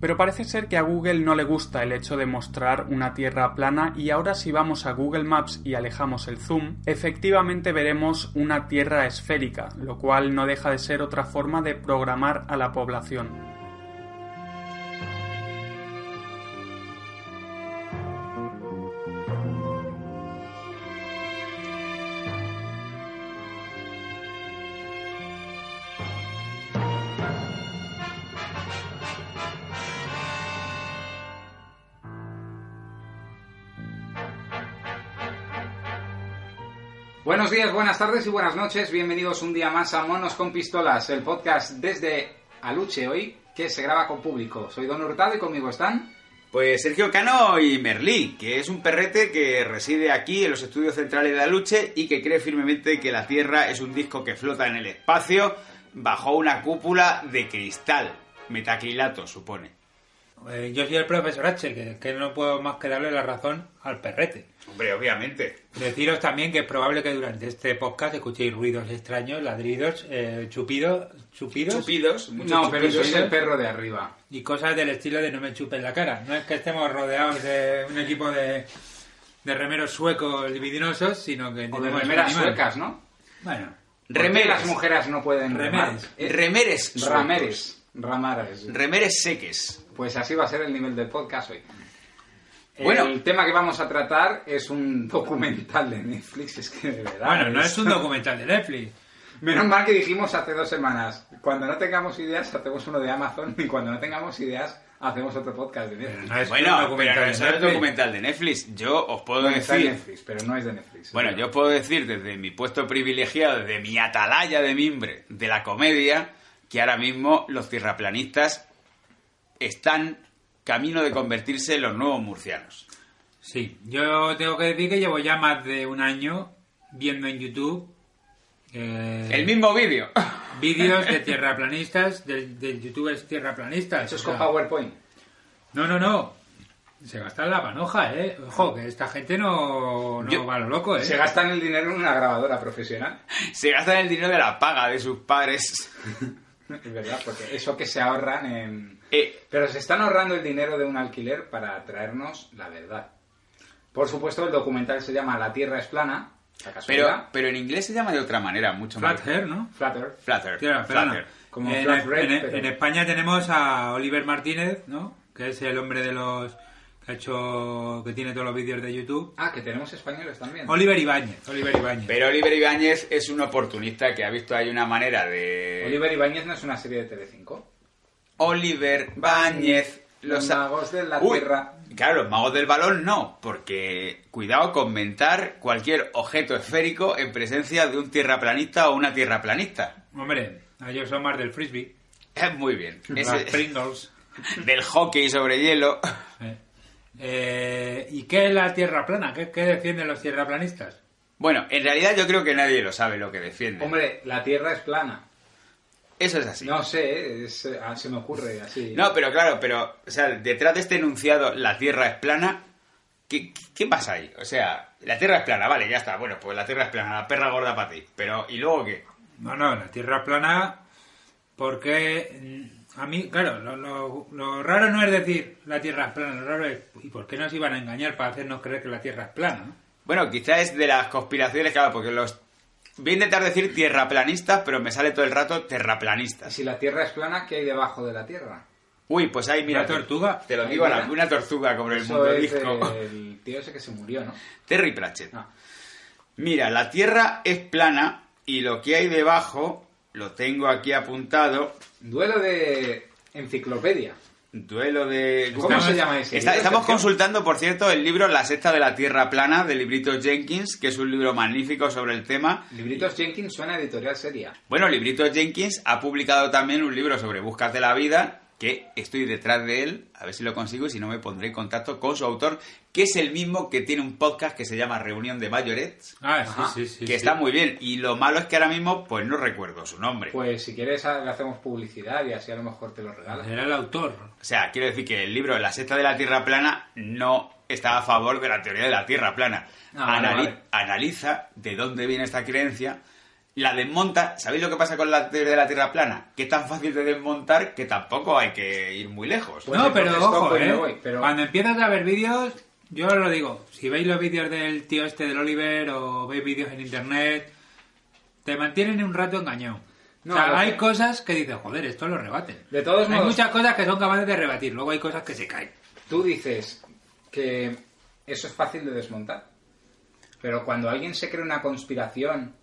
Pero parece ser que a Google no le gusta el hecho de mostrar una Tierra plana y ahora si vamos a Google Maps y alejamos el zoom, efectivamente veremos una Tierra esférica, lo cual no deja de ser otra forma de programar a la población. Buenos días, buenas tardes y buenas noches. Bienvenidos un día más a Monos con Pistolas, el podcast desde Aluche hoy, que se graba con público. Soy Don Hurtado y conmigo están. Pues Sergio Cano y Merlí, que es un perrete que reside aquí en los estudios centrales de Aluche y que cree firmemente que la Tierra es un disco que flota en el espacio bajo una cúpula de cristal. Metacrilato, supone. Eh, yo soy el profesor H, que, que no puedo más que darle la razón al perrete. Hombre, obviamente. Deciros también que es probable que durante este podcast escuchéis ruidos extraños, ladridos, eh, chupidos, chupidos Chupidos, muchos ¿eh? No, pero chupidos. soy el perro de arriba. y cosas del estilo de no me chupen la cara. No es que estemos rodeados de un equipo de, de remeros suecos libidinosos, sino que O de tenemos remeras animales. suecas, ¿no? Bueno, ¿Por qué Remeras. Las mujeres no pueden remar. Remeres. Eh, Remeres. sueltos. Rameres. Ramares. Remeres seques. Pues así va a ser el nivel del podcast hoy. Bueno. el tema que vamos a tratar es un documental de Netflix, es que de verdad. bueno, no es un documental de Netflix. Menos mal que dijimos hace dos semanas, cuando no tengamos ideas hacemos uno de Amazon y cuando no tengamos ideas hacemos otro podcast de Netflix. No es un Bueno, documental pero no de es el Netflix. documental de Netflix. Yo os puedo Bueno, está en decir Netflix, pero no es de Netflix. Bueno, yo puedo decir desde mi puesto privilegiado, desde mi atalaya de mimbre de la comedia, que ahora mismo los tierraplanistas están camino de convertirse en los nuevos murcianos. Sí, yo tengo que decir que llevo ya más de un año viendo en YouTube eh, El mismo vídeo. vídeos de tierraplanistas, de, de youtubers tierraplanistas. Eso es o con sea, PowerPoint. No, no, no. Se gastan la panoja, ¿eh? Ojo, que esta gente no, no Yo- va a lo loco, ¿eh? Se gastan el dinero en una grabadora profesional. Se gastan el dinero de la paga de sus padres. Es verdad, porque eso que se ahorran en... Eh, Pero se están ahorrando el dinero de un alquiler para traernos la verdad. Por supuesto, el documental se llama La Tierra es plana, la pero, casualidad, pero en inglés se llama de otra manera, mucho más. Flat hair, ¿no? Flat Earth. Flat Earth, Tierra Flat plana. Earth. Como en, Flat Red, en- pero- en España tenemos a Oliver Martínez, ¿no? Que es el hombre de los... que ha hecho... que tiene todos los vídeos de YouTube. Ah, que tenemos españoles también. Oliver Ibáñez, Oliver Ibáñez. Pero Oliver Ibáñez es un oportunista que ha visto ahí una manera de... Oliver Ibáñez no es una serie de Telecinco. Oliver Báñez, Los los magos de la Uy, tierra. Claro, los magos del balón no, porque cuidado con mentar cualquier objeto esférico en presencia de un tierraplanista o una tierraplanista. Hombre, ellos son más del frisbee. Es muy bien. Las Ese- Pringles. del hockey sobre hielo. Eh. Eh, ¿Y qué es la tierra plana? ¿Qué, qué defienden los tierraplanistas? Bueno, en realidad yo creo que nadie lo sabe lo que defiende. Hombre, la tierra es plana. Eso es así. No sé, es- ah, se me ocurre así. No, pero claro, pero, o sea, detrás de este enunciado, la Tierra es plana, ¿qué, qué- qué pasa ahí? O sea, la Tierra es plana, vale, ya está, bueno, pues la Tierra es plana, la perra gorda para ti. Pero, ¿y luego qué? No, no, la tierra plana porque mm, a mí, claro, lo, lo- lo raro no es decir la tierra es plana, lo raro es ¿y por qué nos iban a engañar para hacernos creer que la tierra es plana? no? Bueno, quizás es de las conspiraciones, claro, porque los... Voy a intentar decir tierraplanistas, pero me sale todo el rato Y terraplanistas. si la tierra es plana, ¿qué hay debajo de la tierra? Uy, pues ahí, mira... ¿Una tortuga? Te lo Ahí, digo, la- mira. una tortuga, como en el Eso mundo es disco. el tío ese que se murió, ¿no? Terry Pratchett. Ah. Mira, la Tierra es plana y lo que hay debajo, lo tengo aquí apuntado, Duelo de enciclopedia. duelo de... ¿Cómo se llama ese? Está- libro, estamos Sergio? consultando, por cierto, el libro La sexta de la Tierra plana, del librito Jenkins, que es un libro magnífico sobre el tema. Libritos Jenkins suena a editorial seria. Bueno, Librito Jenkins ha publicado también un libro sobre Búscate la vida, que estoy detrás de él, a ver si lo consigo y si no me pondré en contacto con su autor, que es el mismo que tiene un podcast que se llama Reunión de Mayorets, Ah, Ajá, sí, sí, sí. que sí. está muy bien. Y lo malo es que ahora mismo, pues no recuerdo su nombre. Pues si quieres a- le hacemos publicidad y así a lo mejor te lo regalan. Era el autor. O sea, quiero decir que el libro La sexta de la Tierra plana no está a favor de la teoría de la Tierra plana. Ah, vale, Anali- vale. Analiza de dónde viene esta creencia la desmonta. ¿Sabéis lo que pasa con la teoría de la Tierra plana? Que es tan fácil de desmontar que tampoco hay que ir muy lejos. Pues no, me pero contesto, ojo, pues me eh. voy, pero- Cuando empiezas a ver vídeos, yo os lo digo, si veis los vídeos del tío este del Oliver o veis vídeos en internet, te mantienen un rato engañado. No, o sea, lo- hay cosas que dices, joder, esto lo rebaten. De todos hay modos- muchas cosas que son capaces de rebatir, luego hay cosas que se caen. Tú dices que eso es fácil de desmontar. Pero cuando alguien se cree una conspiración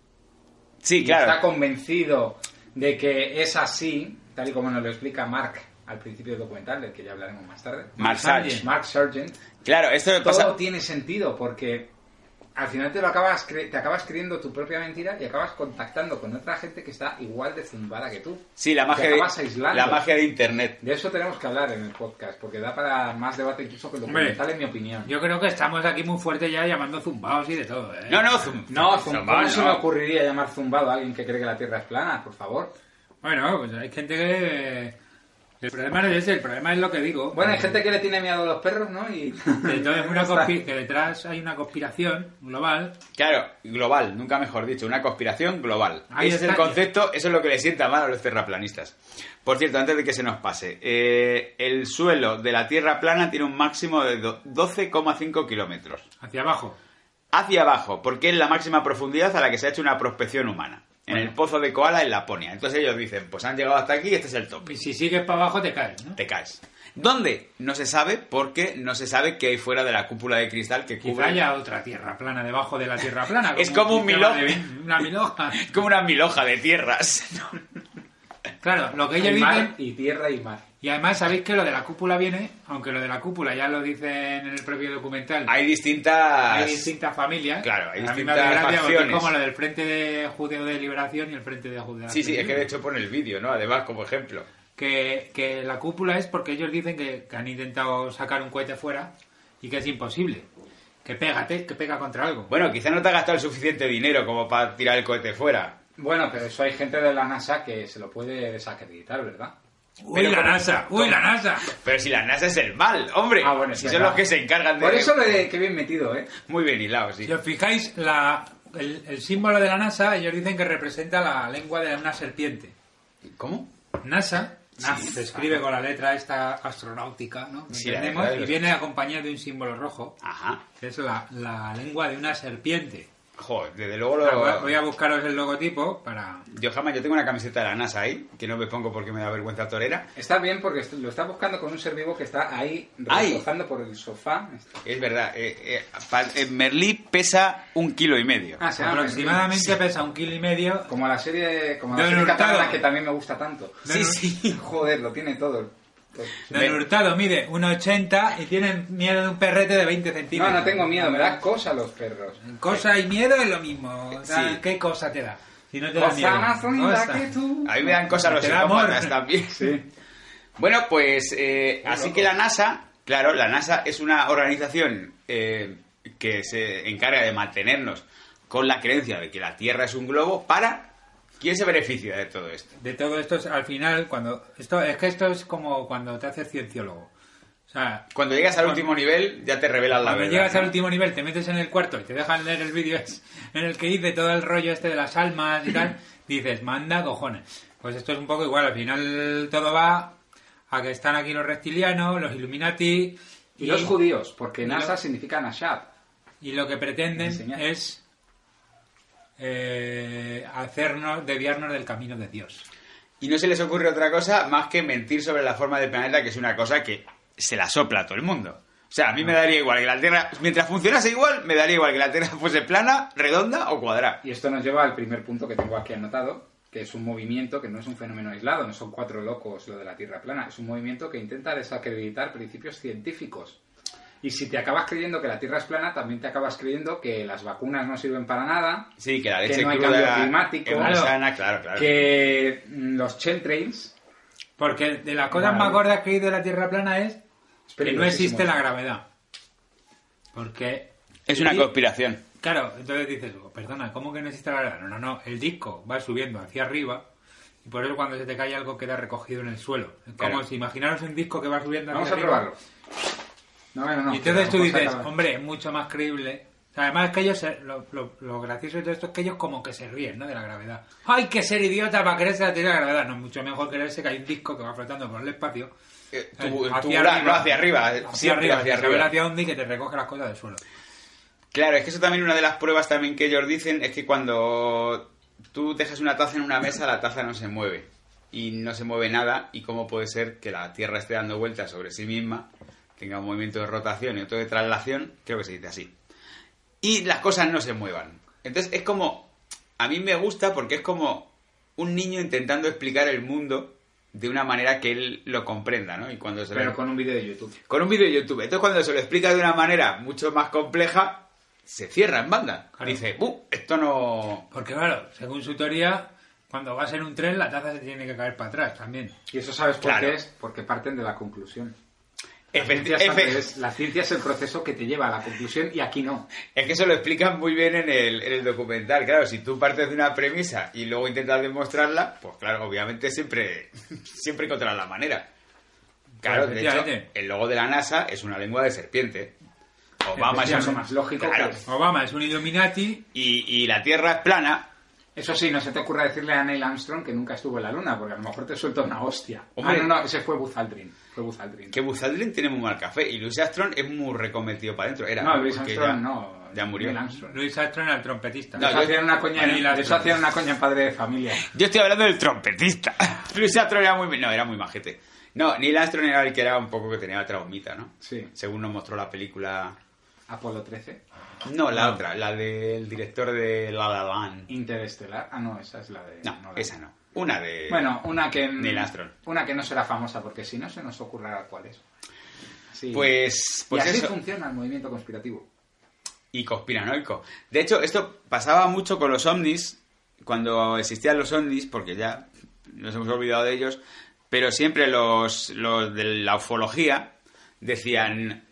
Sí, y está convencido de que es así, tal y como nos lo explica Mark al principio del documental, del que ya hablaremos más tarde. Marsach. Mark Sargent. Claro, esto me Todo pasa. tiene sentido porque al final te lo acabas cre- te acabas creyendo tu propia mentira y acabas contactando con otra gente que está igual de zumbada que tú. Sí, la magia, Te acabas de, aislando. la magia de internet. De eso tenemos que hablar en el podcast porque da para más debate incluso que el Hombre, documental en mi opinión. Yo creo que estamos aquí muy fuerte ya llamando zumbaos y de todo, eh. No, no, zum- No, zumbado, zum- zumbao, no se no. me ocurriría llamar zumbado a alguien que cree que la Tierra es plana, por favor. Bueno, pues hay gente que... El problema no es ese, el problema es lo que digo. Bueno, hay gente que le tiene miedo a los perros, ¿no? Y... Que Mm. Entonces una Está- conspi- que detrás hay una conspiración global Claro, global, nunca mejor dicho, una conspiración global. Ahí Ese es el está. concepto, eso es lo que le sienta mal a los terraplanistas. Por cierto, antes de que se nos pase, eh, el suelo de la Tierra plana tiene un máximo de do- 12,5 kilómetros. hacia abajo. Hacia abajo, porque es la máxima profundidad a la que se ha hecho una prospección humana. En el pozo de Koala, en Laponia. Entonces ellos dicen, pues han llegado hasta aquí, este es el top. Y si sigues para abajo te caes, ¿no? Te caes. ¿Dónde? No se sabe porque no se sabe qué hay fuera de la cúpula de cristal que Quizá cubre... haya otra tierra plana debajo de la tierra plana. Es como un sistema miloj. de- Una milhoja. Como una miloja de tierras. Claro, lo que y ellos mar, dicen... y tierra y mar. Y además sabéis que lo de la cúpula viene, aunque lo de la cúpula ya lo dicen en el propio documental. Hay distintas... Hay distintas familias. Claro, hay A mí me distintas hace gracia porque es facciones. como lo del Frente de Judeo de Liberación y el Frente de Judeo de Sí, sí, es que de Liberación. hecho pone el vídeo, ¿no? Además, como ejemplo. que, que la cúpula es porque ellos dicen que, que han intentado sacar un cohete fuera y que es imposible. Que pégate, que pega contra algo. Bueno, quizá no te ha gastado el suficiente dinero como para tirar el cohete fuera. Bueno, pero eso hay gente de la NASA que se lo puede desacreditar, ¿verdad? ¡Uy, la NASA! ¡Uy, la NASA! Pero si la NASA es el mal, hombre. Ah, bueno, si sí, son verdad. los que se encargan de... Por eso lo de que bien metido, ¿eh? Muy bien hilado, sí. Si os fijáis, la, el, el símbolo de la NASA, ellos dicen que representa la lengua de una serpiente. ¿Cómo? NASA, Sí, se escribe con la letra esta astronáutica, ¿no? Sí, Entendemos, la letra de y los- viene acompañada de un símbolo rojo, Ajá. que es la, la lengua de una serpiente. Joder, desde luego Ahora voy a- lo... Voy a buscaros el logotipo para... Ah, Yo jamás, yo tengo una camiseta de la NASA ahí, que no me pongo porque me da vergüenza torera. Está bien porque est- lo está buscando con un ser vivo que está ahí Ay. rozando por el sofá. Es verdad, eh, eh, pa- eh, Merlí pesa un kilo y medio. Ah, se llama aproximadamente pesa un kilo y medio. Como la serie, como la Don serie Hurtado. catalana que también me gusta tanto. sí, sí. Joder, lo tiene todo. Don Hurtado mide 1,80 y tienen miedo de un perrete de 20 No, centímetros. no tengo miedo, me da cosa los perros. Cosa y miedo es lo mismo. O sea, Sí. ¿Qué cosa te da? Si no te da miedo. Cosa más linda Cosa. que tú. A mí me dan cosas los Te da amor. psicópatas también. Sí. Bueno, pues eh, así loco. que la NASA, claro, la NASA es una organización eh, que se encarga de mantenernos con la creencia de que la Tierra es un globo para... ¿Quién se beneficia de todo esto? De todo esto, es, al final, cuando... Esto, es que esto es como cuando te haces cienciólogo. O sea, Cuando llegas al Cuando- último nivel ya te revelan la cuando verdad. llegas ¿no? al último nivel, te metes en el cuarto y te dejan leer el vídeo es- en el que dice todo el rollo este de las almas y tal, dices, manda cojones. Pues esto es un poco igual, al final todo va a que están aquí los reptilianos, los Illuminati Y los judíos, porque y NASA lo- significa Nashab. y lo que pretenden Enseñar. es eh, hacernos, desviarnos del camino de Dios. Y no se les ocurre otra cosa más que mentir sobre la forma del planeta, que es una cosa que se la sopla a todo el mundo. O sea, a Ah. mí me daría igual que la Tierra, mientras funcionase igual, me daría igual que la Tierra fuese plana, redonda o cuadrada. Y esto nos lleva al primer punto que tengo aquí anotado, que es un movimiento que no es un fenómeno aislado, no son cuatro locos lo de la Tierra plana, es un movimiento que intenta desacreditar principios científicos. Y si te acabas creyendo que la Tierra es plana, también te acabas creyendo que las vacunas no sirven para nada, Sí, que la Que leche no hay cruda cambio climático. es muy Claro. sana, claro, claro. que mm, los chemtrails... Porque de las cosas Maravilla. más gordas que he oído de la Tierra plana es es que no existe la peligrosísimo. gravedad. Porque Es una Sí. conspiración. Claro, entonces dices, oh, perdona, ¿cómo que no existe la gravedad? No, no, no, el disco va subiendo hacia arriba y por eso cuando se te cae algo queda recogido en el suelo. Es como Claro. si imaginaros un disco que va subiendo hacia Vamos a arriba. probarlo. No, no, no, y entonces que tú vamos a dices, acabar. hombre, es mucho más creíble O sea, además que ellos, se- lo, lo- lo gracioso de todo esto es que ellos como que se ríen, ¿no? De la gravedad. Hay que ser idiota para creerse la teoría de la gravedad. No, mucho mejor creerse que hay un disco que va flotando por el espacio. Eh, eh, tu- hacia tubular, arriba. no, hacia arriba, Hacia siempre arriba, hacia sin saber arriba. hacia dónde y que te recoge las cosas del suelo. Claro, es que eso también una de las pruebas también que ellos dicen es que cuando tú dejas una taza en una mesa, la taza no se mueve. Y no se mueve nada. ¿Y cómo puede ser que la Tierra esté dando vueltas sobre sí misma, tenga un movimiento de rotación y otro de traslación? Creo que se dice así. Y las cosas no se muevan. Entonces es como... A mí me gusta porque es como un niño intentando explicar el mundo de una manera que él lo comprenda, ¿no? Y cuando se Pero lo- con un vídeo de YouTube. con un vídeo de YouTube. Entonces, cuando se lo explica de una manera mucho más compleja, se cierra en banda. Claro. Dice, "Uh, esto no. Porque claro, según su teoría, cuando vas en un tren la taza se tiene que caer para atrás también. Y eso sabes por Claro. qué es, porque parten de la conclusión. La Efe- ciencia, es al efe- revés. La ciencia es el proceso que te lleva a la conclusión y aquí no. Es que eso lo explican muy bien en el, en el documental. Claro, si tú partes de una premisa y luego intentas demostrarla, pues claro, obviamente siempre, siempre encontrarás la manera. Claro, de hecho, Efectivamente. el logo de la NASA es una lengua de serpiente. Obama es Efectivamente. un- Más lógico Claro. que es. Obama es un Illuminati. Y, y la Tierra es plana. Eso sí, no se te ocurra decirle a Neil Armstrong que nunca estuvo en la luna, porque a lo mejor te suelta una hostia. Hombre. Ah, no, no, ese fue Buzz Aldrin. Fue Buzz Aldrin. Que Buzz Aldrin tiene muy mal café y Louis Armstrong es muy recometido para adentro. Era No, Luis porque Armstrong ya- no. Ya murió. Neil Armstrong. Luis Armstrong era el trompetista. No, Eso yo- hacían una coña, en, Neil eso Armstrong. hacían una coña en padre de familia. Yo estoy hablando del trompetista. Luis Armstrong era muy... No, era muy majete. No, Neil Armstrong era el que era un poco que tenía traumita, ¿no? Sí. Según nos mostró la película... Apolo 13. No, la otra, la del director de La La Land. Interestelar. Ah, no, esa es la de. No, la- esa no. Una de... Bueno, una que. Neil Armstrong. Una que no será famosa, porque si no se nos ocurrirá cuál es. Sí. Pues, pues y así eso. funciona el movimiento conspirativo. y conspiranoico. De hecho, esto pasaba mucho con los ovnis, cuando existían los ovnis, porque ya nos hemos olvidado de ellos, pero siempre los, los de la ufología decían,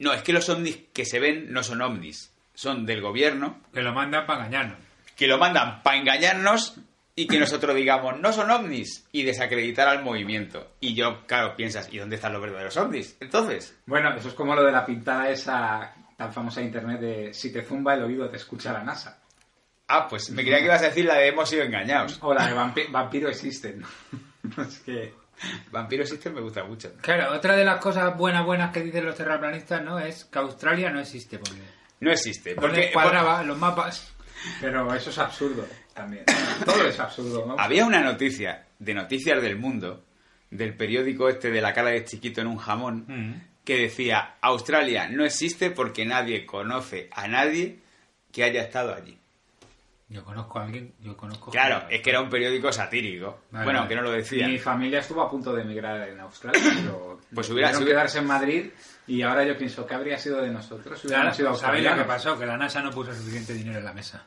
no, es que los ovnis que se ven no son ovnis, son del gobierno, Que lo mandan para engañarnos. que lo mandan para engañarnos y que nosotros digamos, no son ovnis, y desacreditar al movimiento. Y yo, claro, piensas, ¿y dónde están los verdaderos ovnis? Entonces, Bueno, eso es como lo de la pintada esa tan famosa de internet de si te zumba el oído te escucha la NASA. ah, pues me creía que ibas a decir la de hemos sido engañados. O la de vampi- vampiro existen. es que... Vampiro System me gusta mucho. Claro, otra de las cosas buenas buenas que dicen los terraplanistas, ¿no? Es que Australia no existe. Porque No existe. no les Porque, cuadraba los mapas. Pero eso es absurdo también. Todo es absurdo, ¿no? porque había una noticia de Noticias del Mundo, del periódico este de la cara de chiquito en un jamón, Mm. que decía, Australia no existe porque nadie conoce a nadie que haya estado allí. Yo conozco a alguien, yo conozco... Claro, es que era un periódico satírico. Vale, bueno, vale. que no lo decía. Mi familia estuvo a punto de emigrar en Australia, pero Pues tuvieron hubiera- si que hubiera- quedarse en Madrid y ahora yo pienso que habría sido de nosotros si Claro, hubiéramos sido ¿Sabéis lo que australianos. pasó? Que la NASA no puso suficiente dinero en la mesa.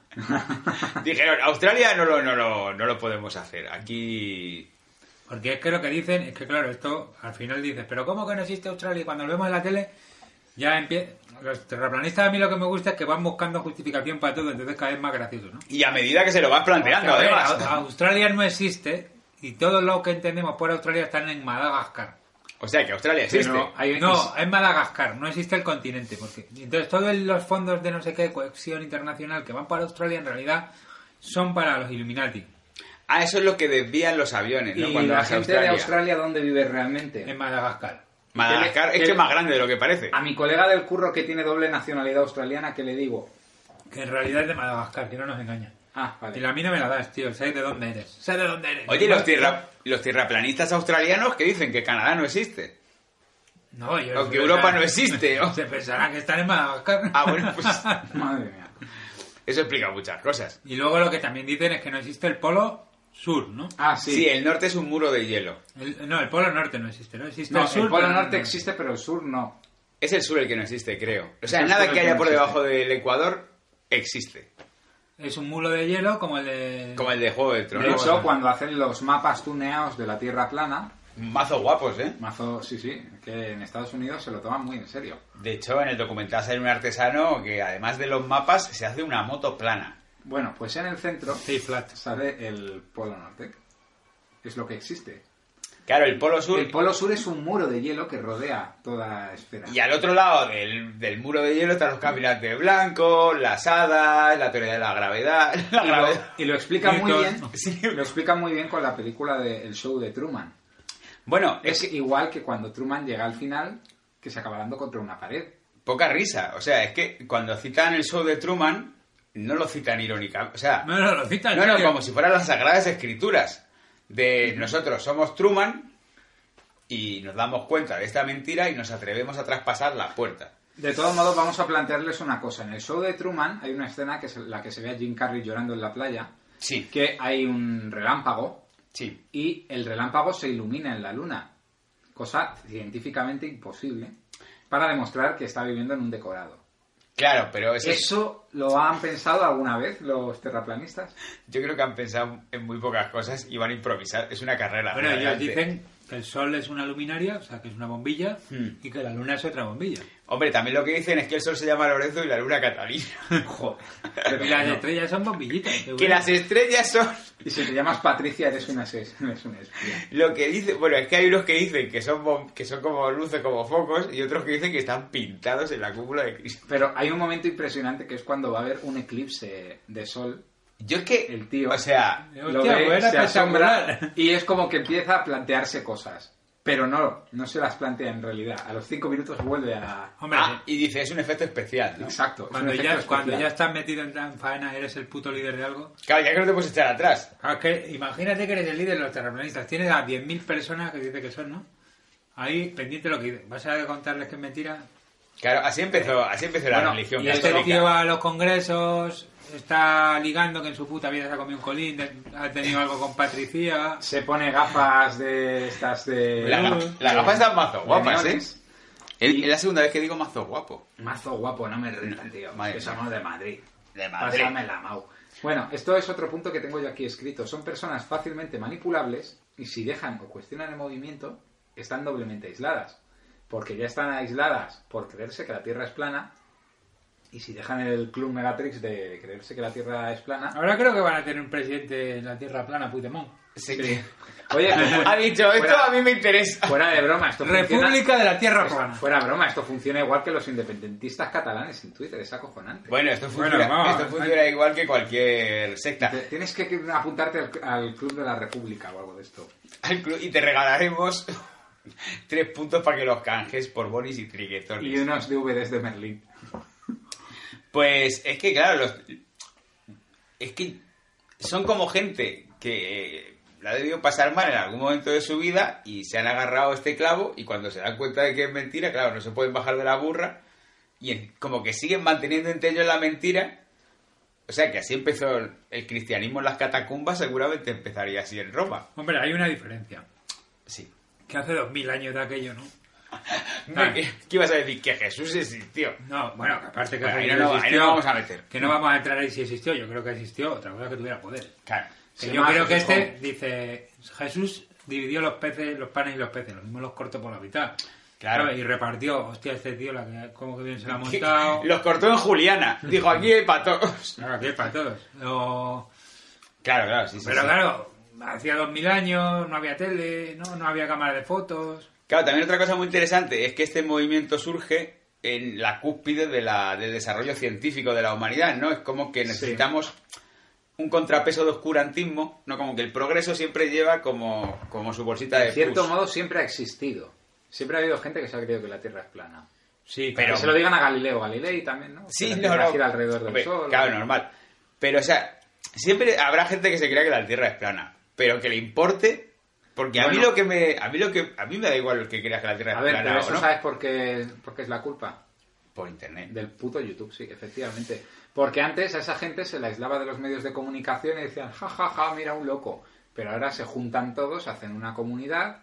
Dijeron, Australia no lo, no, lo, no lo podemos hacer. Aquí... Porque es que lo que dicen es que, claro, esto al final dices, pero ¿cómo que no existe Australia? Y cuando lo vemos en la tele, ya empieza... Los terraplanistas a mí lo que me gusta es que van buscando justificación para todo, entonces cada vez más gracioso, ¿no? Y a medida que se lo vas planteando, Porque, a ver, además. Au- Australia no existe y todo lo que entendemos por Australia están en Madagascar. O sea, que Australia existe. Pero hay- No, es Madagascar, no existe el continente. porque Entonces, todos los fondos de no sé qué cohesión internacional que van para Australia en realidad son para los Illuminati. Ah, eso es lo que desvían los aviones, ¿no? ¿Y Cuando la vas a gente de Australia dónde vive realmente? En Madagascar. Que Madagascar le- es que que es le- más grande de lo que parece. A mi colega del curro que tiene doble nacionalidad australiana, ¿qué le digo? Que en realidad es de Madagascar, que no nos engañan. Ah, Y vale. la mina me la das, tío. Sé de dónde eres. Sé de dónde eres. Oye, los, tierra, los tierraplanistas australianos que dicen que Canadá no existe. No, yo- Aunque se Europa pensarán- no existe, ¿o? Se pensarán que están en Madagascar. Ah, bueno, pues Madre mía. eso explica muchas cosas. Y luego lo que también dicen es que no existe el polo sur, ¿no? Ah, Sí. sí. el norte es un muro de hielo. El- no, el polo norte no existe, ¿no? Existe No, el sur. el polo pero no- norte existe, pero el sur no. Es el sur el que no existe, creo. O sea, El sur nada el que que haya no por existe. debajo del Ecuador existe. Es un muro de hielo como el de. Como el de Juego de De Tronos. hecho, cuando hacen los mapas tuneados de la Tierra plana, Mazos guapos, ¿eh? mazo, sí, sí, que en Estados Unidos se lo toman muy en serio. De hecho, en el documental sale un artesano que además de los mapas se hace una moto plana. Bueno, pues en el centro Sí, flat. sale el Polo Norte. Es lo que existe. Claro, el Polo Sur. El Polo Sur es un muro de hielo que rodea toda esfera. Y al otro lado del, del muro de hielo están los caminantes blancos, las hadas, la teoría de la gravedad. La Y lo, gravedad. y lo explica muy bien. Newton. Lo explica muy bien con la película de El show de Truman. Bueno, Es es igual que cuando Truman llega al final, que se acaba dando contra una pared. poca risa. O sea, es que cuando citan el show de Truman, no lo citan irónicamente. O sea, No, no, lo citan. no, no, tío. como si fueran las sagradas escrituras. De nosotros somos Truman y nos damos cuenta de esta mentira y nos atrevemos a traspasar la puerta. De todos modos, vamos a plantearles una cosa. En el show de Truman hay una escena que es la que se ve a Jim Carrey llorando en la playa, Sí, que hay un relámpago sí. y el relámpago se ilumina en la luna, cosa científicamente imposible, para demostrar que está viviendo en un decorado. Claro, pero ese- ¿Eso lo han pensado alguna vez los terraplanistas? yo creo que han pensado en muy pocas cosas y van a improvisar. Es una carrera. Bueno, hacia ellos adelante. dicen que el sol es una luminaria, o sea, que es una bombilla, Hmm. y que la luna es otra bombilla. Hombre, también lo que dicen es que el sol se llama Lorenzo y la luna Catalina. Joder. Y las estrellas son bombillitas. que que bueno. las estrellas son Y si te llamas Patricia, eres una, ses- eres una espía. lo que dice. Bueno, es que hay unos que dicen que son, bom- que son como luces, como focos, y otros que dicen que están pintados en la cúpula de Cristo. Pero hay un momento impresionante que es cuando va a haber un eclipse de sol Yo es que. El tío. O sea, Eh, hostia, pues era se asombra espectacular. y es como que empieza a plantearse cosas. Pero no, no se las plantea en realidad. A los cinco minutos vuelve a... Hombre, ah, y dice, es un efecto especial, ¿no? Exacto. es un cuando, efecto ya, cuando especial. ya estás metido en tan faena, eres el puto líder de algo. Claro, ya que no te puedes echar atrás. Ah, que- imagínate que eres el líder de los terraplanistas. Tienes a 10.000 personas que dice que son, ¿no? Ahí, pendiente lo que dices. ¿Vas a contarles que es mentira? Claro, así empezó, así empezó la Bueno, religión Y este católica. tío va a los congresos, está ligando que en su puta vida se ha comido un colín, de- ha tenido algo con Patricia. Se pone gafas de estas de... La, gafa- la gafa está mazo guapa, ¿eh? neones. Es es la segunda vez que digo mazo guapo. Mazo guapo, no me renta, tío. Madre que mía. somos de Madrid. De Madrid. Pásame la mau. Bueno, esto es otro punto que tengo yo aquí escrito. Son personas fácilmente manipulables y si dejan o cuestionan el movimiento, están doblemente aisladas. Porque ya están aisladas por creerse que la Tierra es plana y si dejan el club Megatrix de creerse que la Tierra es plana... Ahora creo que van a tener un presidente en la Tierra plana, Puigdemont. Sí. Oye, Ha dicho, esto Fuera. a mí me interesa. fuera de broma, esto funciona... República de la Tierra plana. Fuera broma, esto funciona igual que los independentistas catalanes en Twitter, es acojonante. Bueno, esto Bueno, funciona, vamos. esto funciona igual que cualquier secta. Te- Tienes que apuntarte al, al Club de la República o algo de esto. Al club y te regalaremos tres puntos para que los canjes por bonis y triguetones. Y unos DVDs de Merlín. Pues es que, claro, los- es que son como gente que eh, la ha debido pasar mal en algún momento de su vida y se han agarrado a este clavo y cuando se dan cuenta de que es mentira, claro, no se pueden bajar de la burra y en- como que siguen manteniendo entre ellos la mentira. O sea que así empezó el, el cristianismo en las catacumbas, seguramente empezaría así en Roma. Hombre, hay una diferencia. Sí. Que hace 2.000 años de aquello, ¿no? No, ¿Qué, qué ibas a decir? Que Jesús existió. No, bueno, que aparte que Bueno, Pues ahí Jesús no- ahí no existió, vamos a meter. Que no vamos a entrar ahí si existió, yo creo que existió, otra cosa que tuviera poder. Claro. Que Se yo llama creo que Jesús este Jones. dice, Jesús dividió los peces, los panes y los peces, lo mismo los cortó por la mitad. Claro. ¿sabes? Y repartió, hostia, este tío, la que, cómo que bien se la ha Que- montado. Los cortó en Juliana. Dijo, aquí hay para todos. Claro, aquí es para todos. O- Claro, claro, sí, sí. Pero sí. claro, hacía dos mil años, no había tele, no, no había cámara de fotos. Claro, también otra cosa muy interesante es que este movimiento surge en la cúspide de la, del desarrollo científico de la humanidad, ¿no? Es como que necesitamos un contrapeso de oscurantismo, ¿no? Como que el progreso siempre lleva como, como su bolsita de De cierto pus. modo siempre ha existido. Siempre ha habido gente que se ha creído que la Tierra es plana. Sí, Pero- Pero se lo digan a Galileo Galilei también, ¿no? Que Sí, la no, Tierra no. gira alrededor del Hombre, Sol. Claro, normal. Pero, o sea, siempre habrá gente que se crea que la Tierra es plana, pero que le importe... Porque a mí Bueno. lo que me... A mí lo que... A mí me da igual el que creas que la Tierra A es ver, plana pero o eso no. ¿sabes por qué, por qué es la culpa? Por internet. Del puto YouTube, sí, efectivamente. Porque antes a esa gente se la aislaba de los medios de comunicación y decían, ja, ja, ja, mira un loco. Pero ahora se juntan todos, hacen una comunidad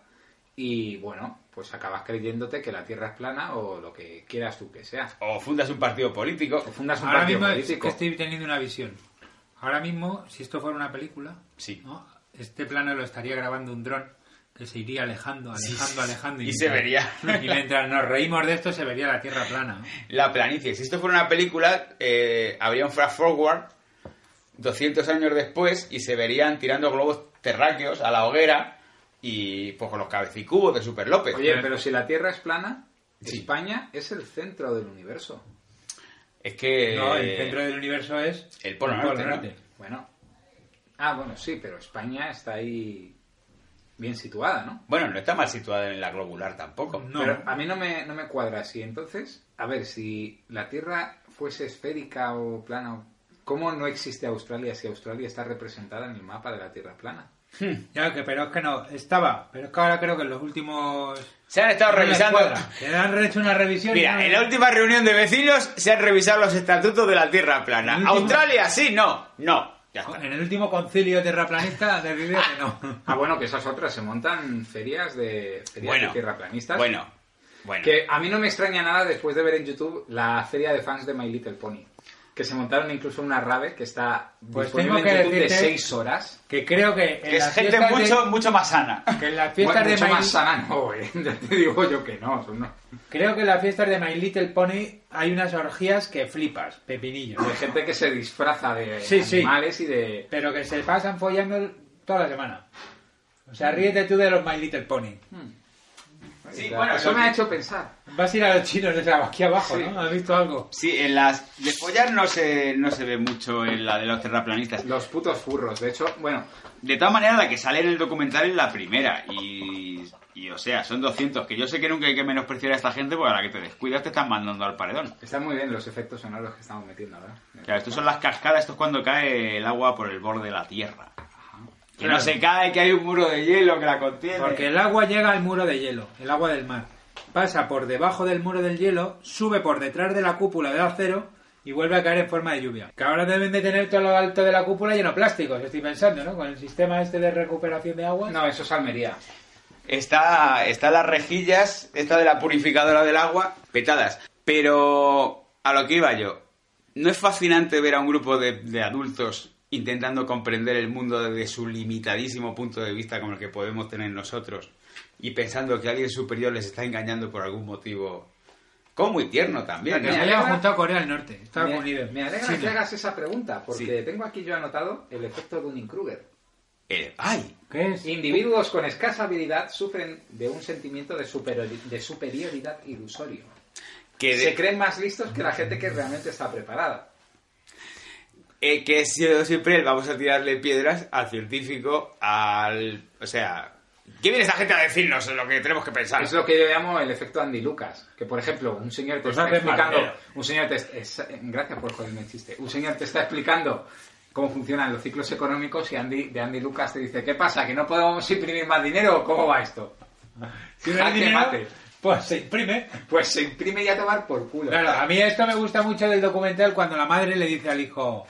y, bueno, pues acabas creyéndote que la Tierra es plana o lo que quieras tú que sea. O fundas un partido político. O fundas un Ahora partido mismo es político. que estoy teniendo una visión. Ahora mismo, si esto fuera una película, Sí. ¿no? este plano lo estaría grabando un dron que se iría alejando, alejando, alejando. Y se vería. Y mientras nos reímos de esto, se vería la tierra plana. ¿no? La planicie. Si esto fuera una película, eh, habría un flash forward 200 años después y se verían tirando globos terráqueos a la hoguera y pues con los cabecicubos de Super López. Oye, pero si la Tierra es plana, Sí. España es el centro del universo. es que No, el centro del universo es Eh, el Polo Norte, ¿no? Bueno. Ah, bueno, sí, pero España está ahí bien situada, ¿no? bueno, no está mal situada en la globular tampoco. No. Pero a mí no me, no me cuadra así. Entonces, a ver, si la Tierra fuese esférica o plana, o- ¿cómo no existe Australia si Australia está representada en el mapa de la Tierra plana? Ya, que, pero es que no, estaba. Pero es que ahora creo que en los últimos. Se han estado no me revisando. cuadra. Que han hecho una revisión. y no- Mira, en la última reunión de vecinos se han revisado los estatutos de la Tierra plana. En el último- Australia, sí, no, no. Ya está. en el último concilio terraplanista decidió que no. Ah, bueno, que esas otras se montan ferias de, ferias de tierra planistas. bueno, bueno. Que a mí no me extraña nada después de ver en YouTube la feria de fans de My Little Pony. Que se montaron incluso una rave que está Pues disponible tengo que en YouTube de decirte- 6 horas. Que creo que. En Que es las gente fiestas de- mucho, mucho más sana. que en Bueno, las fiestas mucho de My- más sana, no, eh. Ya te digo yo que no. son unos- Creo que en las fiestas de My Little Pony hay unas orgías que flipas, pepinillos. De gente que se disfraza de Sí, sí. animales y de... Pero que se pasan follando toda la semana. O sea, ríete tú de los My Little Pony. Sí, O sea, bueno, eso lo me que- ha hecho pensar. Vas a ir a los chinos de aquí abajo, Sí. ¿no? ¿Has visto algo? Sí, en las de follar no se, no se ve mucho en la de los terraplanistas. Los putos furros. De hecho, bueno, De todas maneras, la que sale en el documental es la primera. Y, y, o sea, son 200. Que yo sé que nunca hay que menospreciar a esta gente porque a la que te descuidas te están mandando al paredón. están muy bien los efectos sonoros que estamos metiendo ahora. Claro, esto son las cascadas, esto es cuando cae el agua por el borde de la tierra. Que Claro. no se cae, que hay un muro de hielo que la contiene. Porque el agua llega al muro de hielo, el agua del mar. Pasa por debajo del muro del hielo, sube por detrás de la cúpula de acero y vuelve a caer en forma de lluvia. Que ahora deben de tener todo lo alto de la cúpula lleno de plásticos, estoy pensando, ¿no? Con el sistema este de recuperación de agua. No, eso es Almería. Está, está las rejillas, esta de la purificadora del agua, petadas. Pero a lo que iba yo, ¿no es fascinante ver a un grupo de, de adultos intentando comprender el mundo desde su limitadísimo punto de vista como el que podemos tener nosotros y pensando que alguien superior les está engañando por algún motivo? Como muy tierno también, Que se ¿no? Mira, haya ahora- juntado Corea del Norte, Estados me, Unidos. me alegra China. que hagas esa pregunta, porque Sí. tengo aquí yo anotado el efecto Dunning-Kruger. Eh, ¡Ay! ¿Qué es? Individuos con escasa habilidad sufren de un sentimiento de, superiori- de superioridad ilusorio. Que, de- Se creen más listos que la gente que realmente está preparada. eh, que es yo siempre el vamos a tirarle piedras al científico, al... O sea... ¿Qué viene esta gente a decirnos lo que tenemos que pensar? Es lo que yo llamo el efecto Andy Lucas. Que, por ejemplo, un señor te Pues está hace explicando... Marcelo. Un señor te... es- eh, gracias por joderme el chiste. Un señor te está explicando cómo funcionan los ciclos económicos y Andy, de Andy Lucas te dice ¿Qué pasa? ¿Que no podemos imprimir más dinero? o ¿Cómo va esto? Si no hay Jaque dinero, mate. pues se imprime. Pues se imprime y a tomar por culo. Claro, a mí esto me gusta mucho del documental cuando la madre le dice al hijo,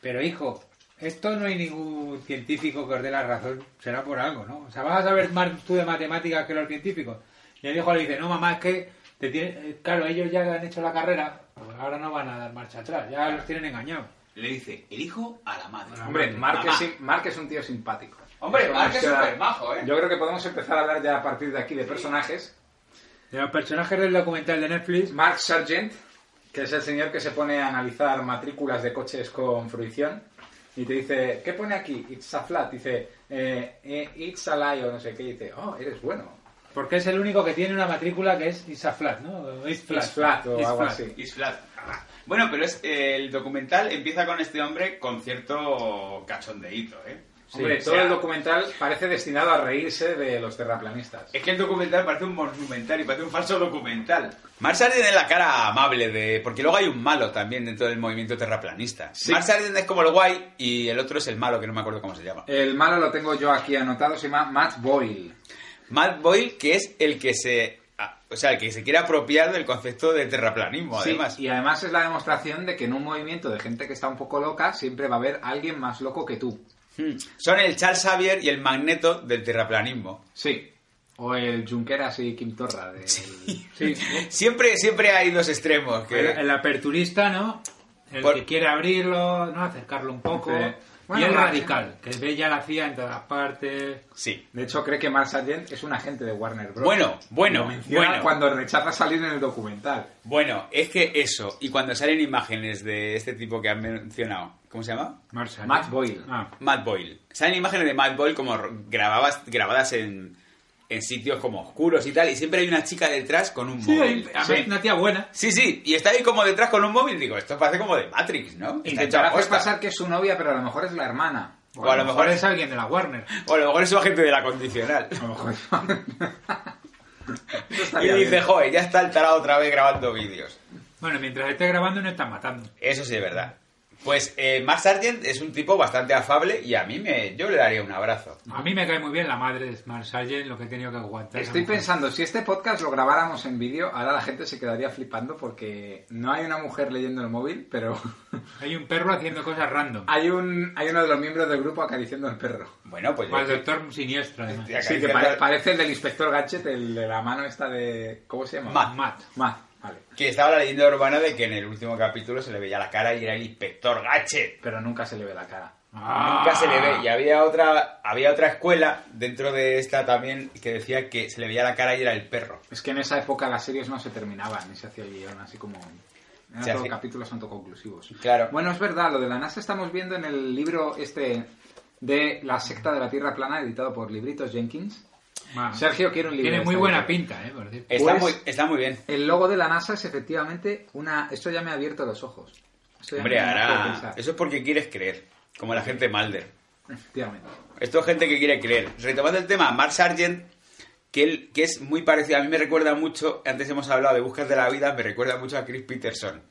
pero hijo, esto no hay ningún científico que os dé la razón, será por algo, ¿no? O sea, vas a saber más tú de matemáticas que los científicos. Y el hijo le dice, no mamá, es que, te tiene- eh, claro, ellos ya han hecho la carrera, pues ahora no van a dar marcha atrás, ya los tienen engañados. Le dice, el hijo a la madre. Hombre, Mark es, Mamá. sim- Mark es un tío simpático. Hombre, Eso Mark nos es queda- supermajo, ¿eh? Yo creo que podemos empezar a hablar ya a partir de aquí de personajes. De los personajes del documental de Netflix, Mark Sargent, que es el señor que se pone a analizar matrículas de coches con fruición. Y te dice, ¿qué pone aquí? It's a flat. Dice, eh, eh, it's a lie o no sé qué. Y dice, oh, eres bueno. porque es el único que tiene una matrícula que es Isaflat, ¿no? Isflat. It's flat o It's algo flat. así. Is flat. Bueno, pero es eh, el documental empieza con este hombre con cierto cachondeíto, ¿eh? Hombre, O todo sea, ah. el documental parece destinado a reírse de los terraplanistas. Es que el documental parece un monumental y parece un falso documental. Marsar tiene la cara amable de... Porque luego hay un malo también dentro del movimiento terraplanista. Sí. Marsar es como el guay y el otro es el malo, que no me acuerdo cómo se llama. El malo lo tengo yo aquí anotado, se llama Matt Boyle. Matt Boyle, que es el que se... ah, O sea, el que se quiere apropiar del concepto de terraplanismo, Sí, además. Y además es la demostración de que en un movimiento de gente que está un poco loca siempre va a haber alguien más loco que tú. Hmm. Son el Charles Xavier y el Magneto del terraplanismo. Sí. O el Junqueras y Kim Torra. De... Sí. Siempre, siempre hay dos extremos. que- El, el aperturista, ¿no? El Por- que quiere abrirlo, ¿no? Acercarlo un poco. Sí. y Bueno, el la- radical, que ve ya la CIA en todas partes. Sí. De hecho, cree que Mars Allen es un agente de Warner Bros. Bueno, bueno, Lo menciona bueno. cuando rechaza salir en el documental. Bueno, es que eso, y cuando salen imágenes de este tipo que han mencionado, ¿cómo se llama? Marshall. Matt Boyle. Ah, Matt Boyle. Salen imágenes de Matt Boyle como grababas, grabadas en, en sitios como oscuros y tal, y siempre hay una chica detrás con un sí, móvil. a ver, Sí. una tía buena. Sí, sí, y está ahí como detrás con un móvil, digo, esto parece como de Matrix, ¿no? Está hecho Intentará a hacer posta. pasar que es su novia, pero a lo mejor es la hermana. O a lo mejor es, es alguien de la Warner. o a lo mejor es su agente de la condicional. A lo mejor es- Eso Y estaría dice, bien. joder, ya está el tarado otra vez grabando vídeos. Bueno, mientras esté grabando no está matando. Eso sí es verdad. Pues eh, Max Sargent es un tipo bastante afable y a mí me, yo le daría un abrazo. A mí me cae muy bien la madre de Marshall, lo que he tenido que aguantar. esa Estoy mujer. pensando, si este podcast lo grabáramos en vídeo, ahora la gente se quedaría flipando porque no hay una mujer leyendo el móvil, pero Hay un perro haciendo cosas random. hay un hay uno de los miembros del grupo acariciando al perro. Bueno, pues yo- O al doctor siniestro, además. Te Sí, acariciando- que pare- parece el del inspector Gadget, el de la mano esta de... ¿Cómo se llama? Matt. Matt. Matt, vale. que estaba la leyenda urbana de que en el último capítulo se le veía la cara y era el inspector Gachet. Pero nunca se le ve la cara. Ah, Nunca se le Ah. ve. Y había otra, había otra escuela dentro de esta también que decía que se le veía la cara y era el perro. Es que en esa época las series no se terminaban, ni se hacía el guión, así como... Eran Se todos hacía- capítulos autoconclusivos. Claro. Bueno, es verdad, lo de la NASA estamos viendo en el libro este de La secta de la Tierra plana, editado por Libritos Jenkins. Ma- Ah. Sergio quiere un libro. Tiene de muy esta buena editorial. pinta, ¿eh? Por decir. Está, Pues- muy, está muy bien. El logo de la NASA es efectivamente una... Esto ya me ha abierto los ojos. Esto ya Hombre, me ha hecho ahora. pensar. Eso es porque quieres creer. Como la gente Malder. Efectivamente. Esto es gente que quiere creer. Retomando el tema, Mark Sargent, que, él, que es muy parecido, a mí me recuerda mucho, antes hemos hablado de Buscas de la Vida, me recuerda mucho a Chris Peterson,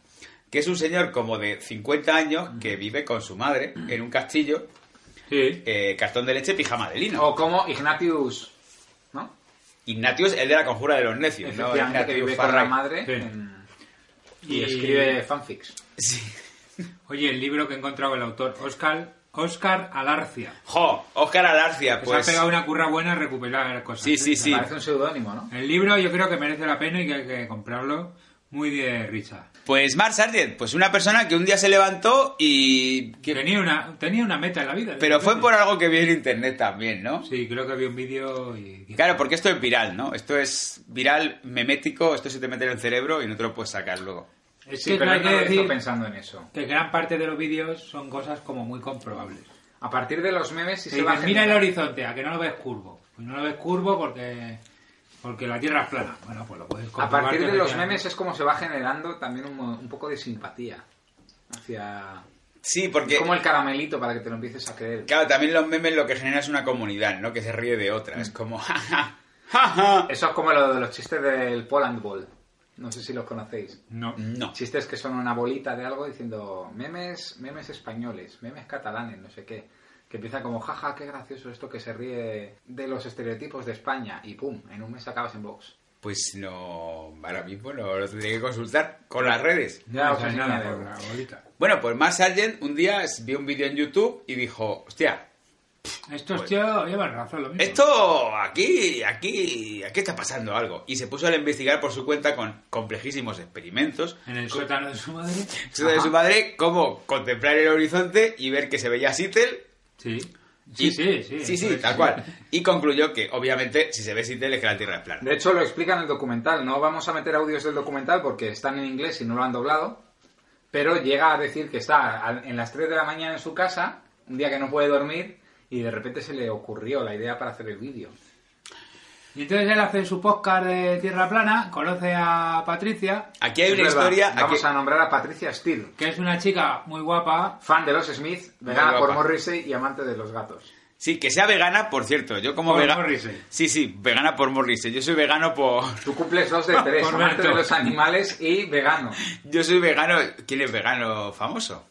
que es un señor como de 50 años que vive con su madre en un castillo, Sí. eh, cartón de leche, pijama de lino. O como Ignatius... ¿No? Ignatius, el de la conjura de los necios, ¿no? Efectivamente, que Ignatius vive con la Farray. madre Sí. en- y, Y- escribe fanfics. Sí. Oye, el libro que he encontrado el autor, Oscar, Oscar Alarcia. Jo, Oscar Alarcia, Que pues... Se ha pegado una curra buena a recuperar cosas. Sí, sí, ¿eh? sí. Me parece un seudónimo, ¿no? El libro yo creo que merece la pena y que hay que comprarlo muy de risa. Pues Mark Sargent, pues una persona que un día se levantó y... que- Tenía una, tenía una meta en la vida. Pero fue por algo que vi en internet también, ¿no? Sí, creo que vi un vídeo y... Y Claro, porque esto es viral, ¿no? Esto es viral, memético, esto se te mete en el cerebro y no te lo puedes sacar luego. Es Sí, que pero hay él no que lo hizo decir pensando en eso. que gran parte de los vídeos son cosas como muy comprobables. A partir de los memes sí Te se va dicen, mira el generando- horizonte, a que no lo ves curvo. Pues no lo ves curvo porque porque la Tierra es plana. Bueno, pues lo puedes A comprobar partir que de los efectivamente- memes es como se va generando también un, mo- un poco de simpatía hacia... Sí, porque... Es como el caramelito para que te lo empieces a creer. Claro, también los memes lo que genera es una comunidad, ¿no? Que se ríe de otra. Es como... "Ja, ja, ja, ja". Eso es como lo de los chistes del Poland Ball. No sé si los conocéis. No. No. Chistes que son una bolita de algo diciendo memes, memes españoles, memes catalanes, no sé qué. Que empieza como, jaja, qué gracioso esto que se ríe de los estereotipos de España. Y pum, en un mes acabas en box. Pues no... Ahora mismo no lo tendré que consultar con las redes. Ya no os sabes enseñaré. nada por la bolita. Bueno, pues Mark Sargent un día vio un vídeo en YouTube y dijo... Hostia, Estos tíos llevan razón lo mismo. Pues- esto... Aquí, aquí... Aquí está pasando algo. Y se puso a investigar por su cuenta con complejísimos experimentos. En el sótano de su madre. Eso de su madre, como contemplar el horizonte y ver que se veía Sittel. Sí. Sí, y- sí, sí. Sí, Pues, tal cual. Y concluyó que, obviamente, si se ve Sittel es que la Tierra es plana. De hecho, lo explica en el documental. No vamos a meter audios del documental porque están en inglés y no lo han doblado. Pero llega a decir que está al- en las 3 de la mañana en su casa, un día que no puede dormir, y de repente se le ocurrió la idea para hacer el vídeo. Y entonces él hace su podcast de Tierra Plana, conoce a Patricia, Aquí hay Es una verdad. historia... Vamos aquí- a nombrar a Patricia Steele. que es una chica muy guapa. Fan de los Smith, vegana Muy por guapa. Morrissey y amante de los gatos. Sí, que sea vegana, por cierto. Yo como Por vegana... Morrissey. Sí, sí, vegana por Morrissey. Yo soy vegano por... Tú cumples dos de tres, Por amante Berto. de los animales y vegano. Yo soy vegano... ¿Quién es vegano famoso?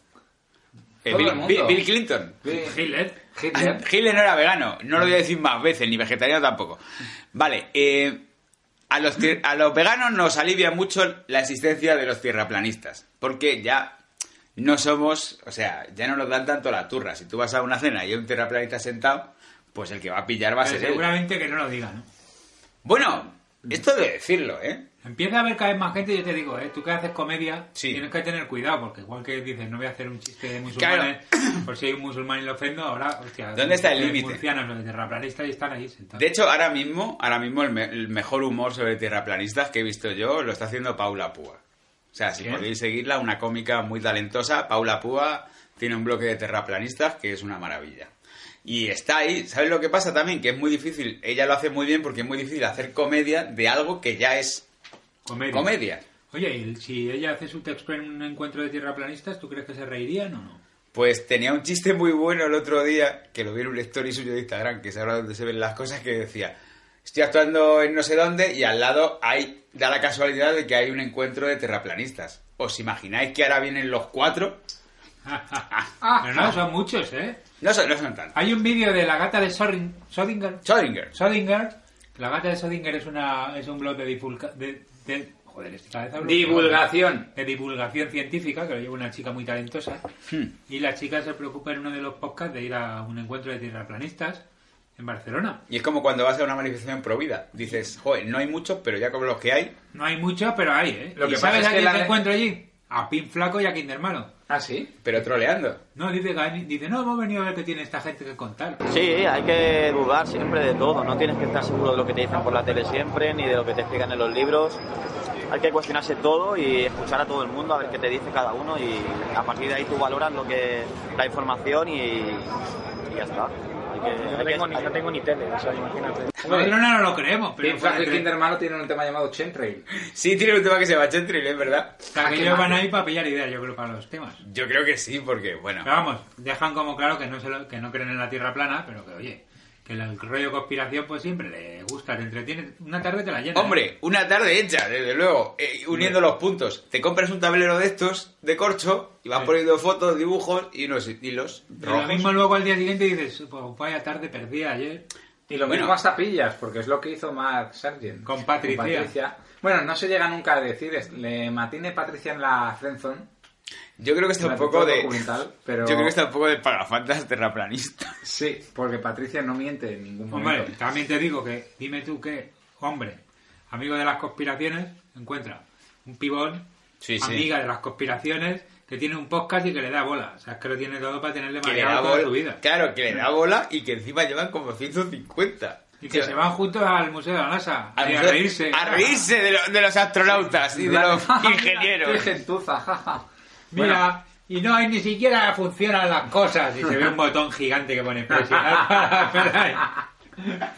Eh, Todo Bill, el mundo. Bill- Bill Clinton. Hitler. Hitler. Hitler no era vegano, no lo voy a decir más veces, ni vegetariano tampoco. Vale, eh, a, los, tier- a los veganos nos alivia mucho la existencia de los tierraplanistas, porque ya no somos, o sea, ya no nos dan tanto la turra. Si tú vas a una cena y hay un tierraplanista sentado, pues el que va a pillar va a Pero ser él. seguramente que no lo diga, ¿no? Bueno, Esto de decirlo, ¿eh? Empieza a haber cada vez más gente, yo te digo, ¿eh? tú que haces comedia, Sí. tienes que tener cuidado, porque igual que dices, no voy a hacer un chiste de Claro. musulmanes, por si hay un musulmán y lo ofendo, ahora, hostia. ¿Dónde los está el de límite? murcianos, los de terraplanistas, y están ahí sentados. De hecho, ahora mismo, ahora mismo el, me- el mejor humor sobre tierraplanistas que he visto yo lo está haciendo Paula Púa. O sea, si ¿Quién? podéis seguirla, una cómica muy talentosa, Paula Púa tiene un bloque de terraplanistas que es una maravilla. Y está ahí, ¿sabes lo que pasa también? Que es muy difícil, ella lo hace muy bien porque es muy difícil hacer comedia de algo que ya es comedia. comedia. Oye, ¿y el- si ella hace su texto en un encuentro de tierraplanistas, ¿tú crees que se reirían o no? Pues tenía un chiste muy bueno el otro día, que lo vi en un story suyo de Instagram, que es ahora donde se ven las cosas, que decía, estoy actuando en no sé dónde y al lado hay, da la casualidad de que hay un encuentro de terraplanistas. ¿Os imagináis que ahora vienen los cuatro? Pero no, son muchos, ¿eh? No son, no son tantos. Hay un vídeo de la gata de Sorin- Schrödinger. Schrödinger. Schrödinger. La gata de Schrödinger es, una, es un blog de divulgación. De, de- joder, esta cabeza bloquea. Divulgación. De divulgación científica, que lo lleva una chica muy talentosa. Hmm. Y la chica se preocupa en uno de los podcasts de ir a un encuentro de tierraplanistas en Barcelona. Y es como cuando vas a una manifestación pro vida. Dices, joder, no hay muchos, pero ya como los que hay. No hay muchos, pero hay, ¿eh? Lo ¿Y que pasa sabes es a que quién la te de- encuentro allí? A Pin Flaco y a Kinder Malo. Ah, sí. Pero troleando. No, dice, que hay- dice, no, hemos venido a ver qué tiene esta gente que contar. Sí, hay que dudar siempre de todo, no tienes que estar seguro de lo que te dicen por la tele siempre, ni de lo que te explican en los libros. Hay que cuestionarse todo y escuchar a todo el mundo, a ver qué te dice cada uno y a partir de ahí tú valoras lo que la información y, y ya está. Hay que- hay que- hay- tele, o sea, imagínate. Barcelona no lo creemos, pero... Pin Flaco y entre- Kinder Malo tienen un tema llamado Chemtrail. Sí, tiene un tema que se llama Chentry, ¿es verdad? O Ah, sea, que ellos van ahí para pillar ideas, yo creo, para los temas. Yo creo que sí, porque, bueno, Pero vamos, dejan como claro que no, se lo- que no creen en la Tierra plana, pero que oye, que el rollo conspiración pues siempre le gusta, te entretiene. Una tarde te la llena. ¿eh? Hombre, una tarde hecha, desde luego, eh, uniendo los puntos. Te compras un tablero de estos, de corcho, y vas Sí. poniendo fotos, dibujos y unos hilos Y lo rojos. mismo luego al día siguiente dices, pues vaya tarde perdida ayer. Y lo Bueno. mismo hasta pillas, porque es lo que hizo Mark Sargent. Con Patricia. Bueno, no se llega nunca a decir, es- le matiné Patricia en la Friendzone. Yo creo que está un Durante poco todo el de... documental, pero- Yo creo que está un poco de pagafantas terraplanista. Sí, porque Patricia no miente en ningún Hombre, momento. también te digo que, dime tú que, hombre, amigo de las conspiraciones, encuentra un pibón, Sí, sí. amiga de las conspiraciones, que tiene un podcast y que le da bola. O sea, es que lo tiene todo para tenerle Que le mareado da toda bola- su vida. Claro, que le da bola y que encima llevan como 150. Y que Tío, se van juntos al Museo de la NASA a, ahí a, hacer- reírse. a reírse de, lo- de los astronautas y de los Qué ingenieros. gentuza, jaja. Mira, y no hay ni siquiera funcionan las cosas. Y se ve un botón gigante que pone presionar para, para-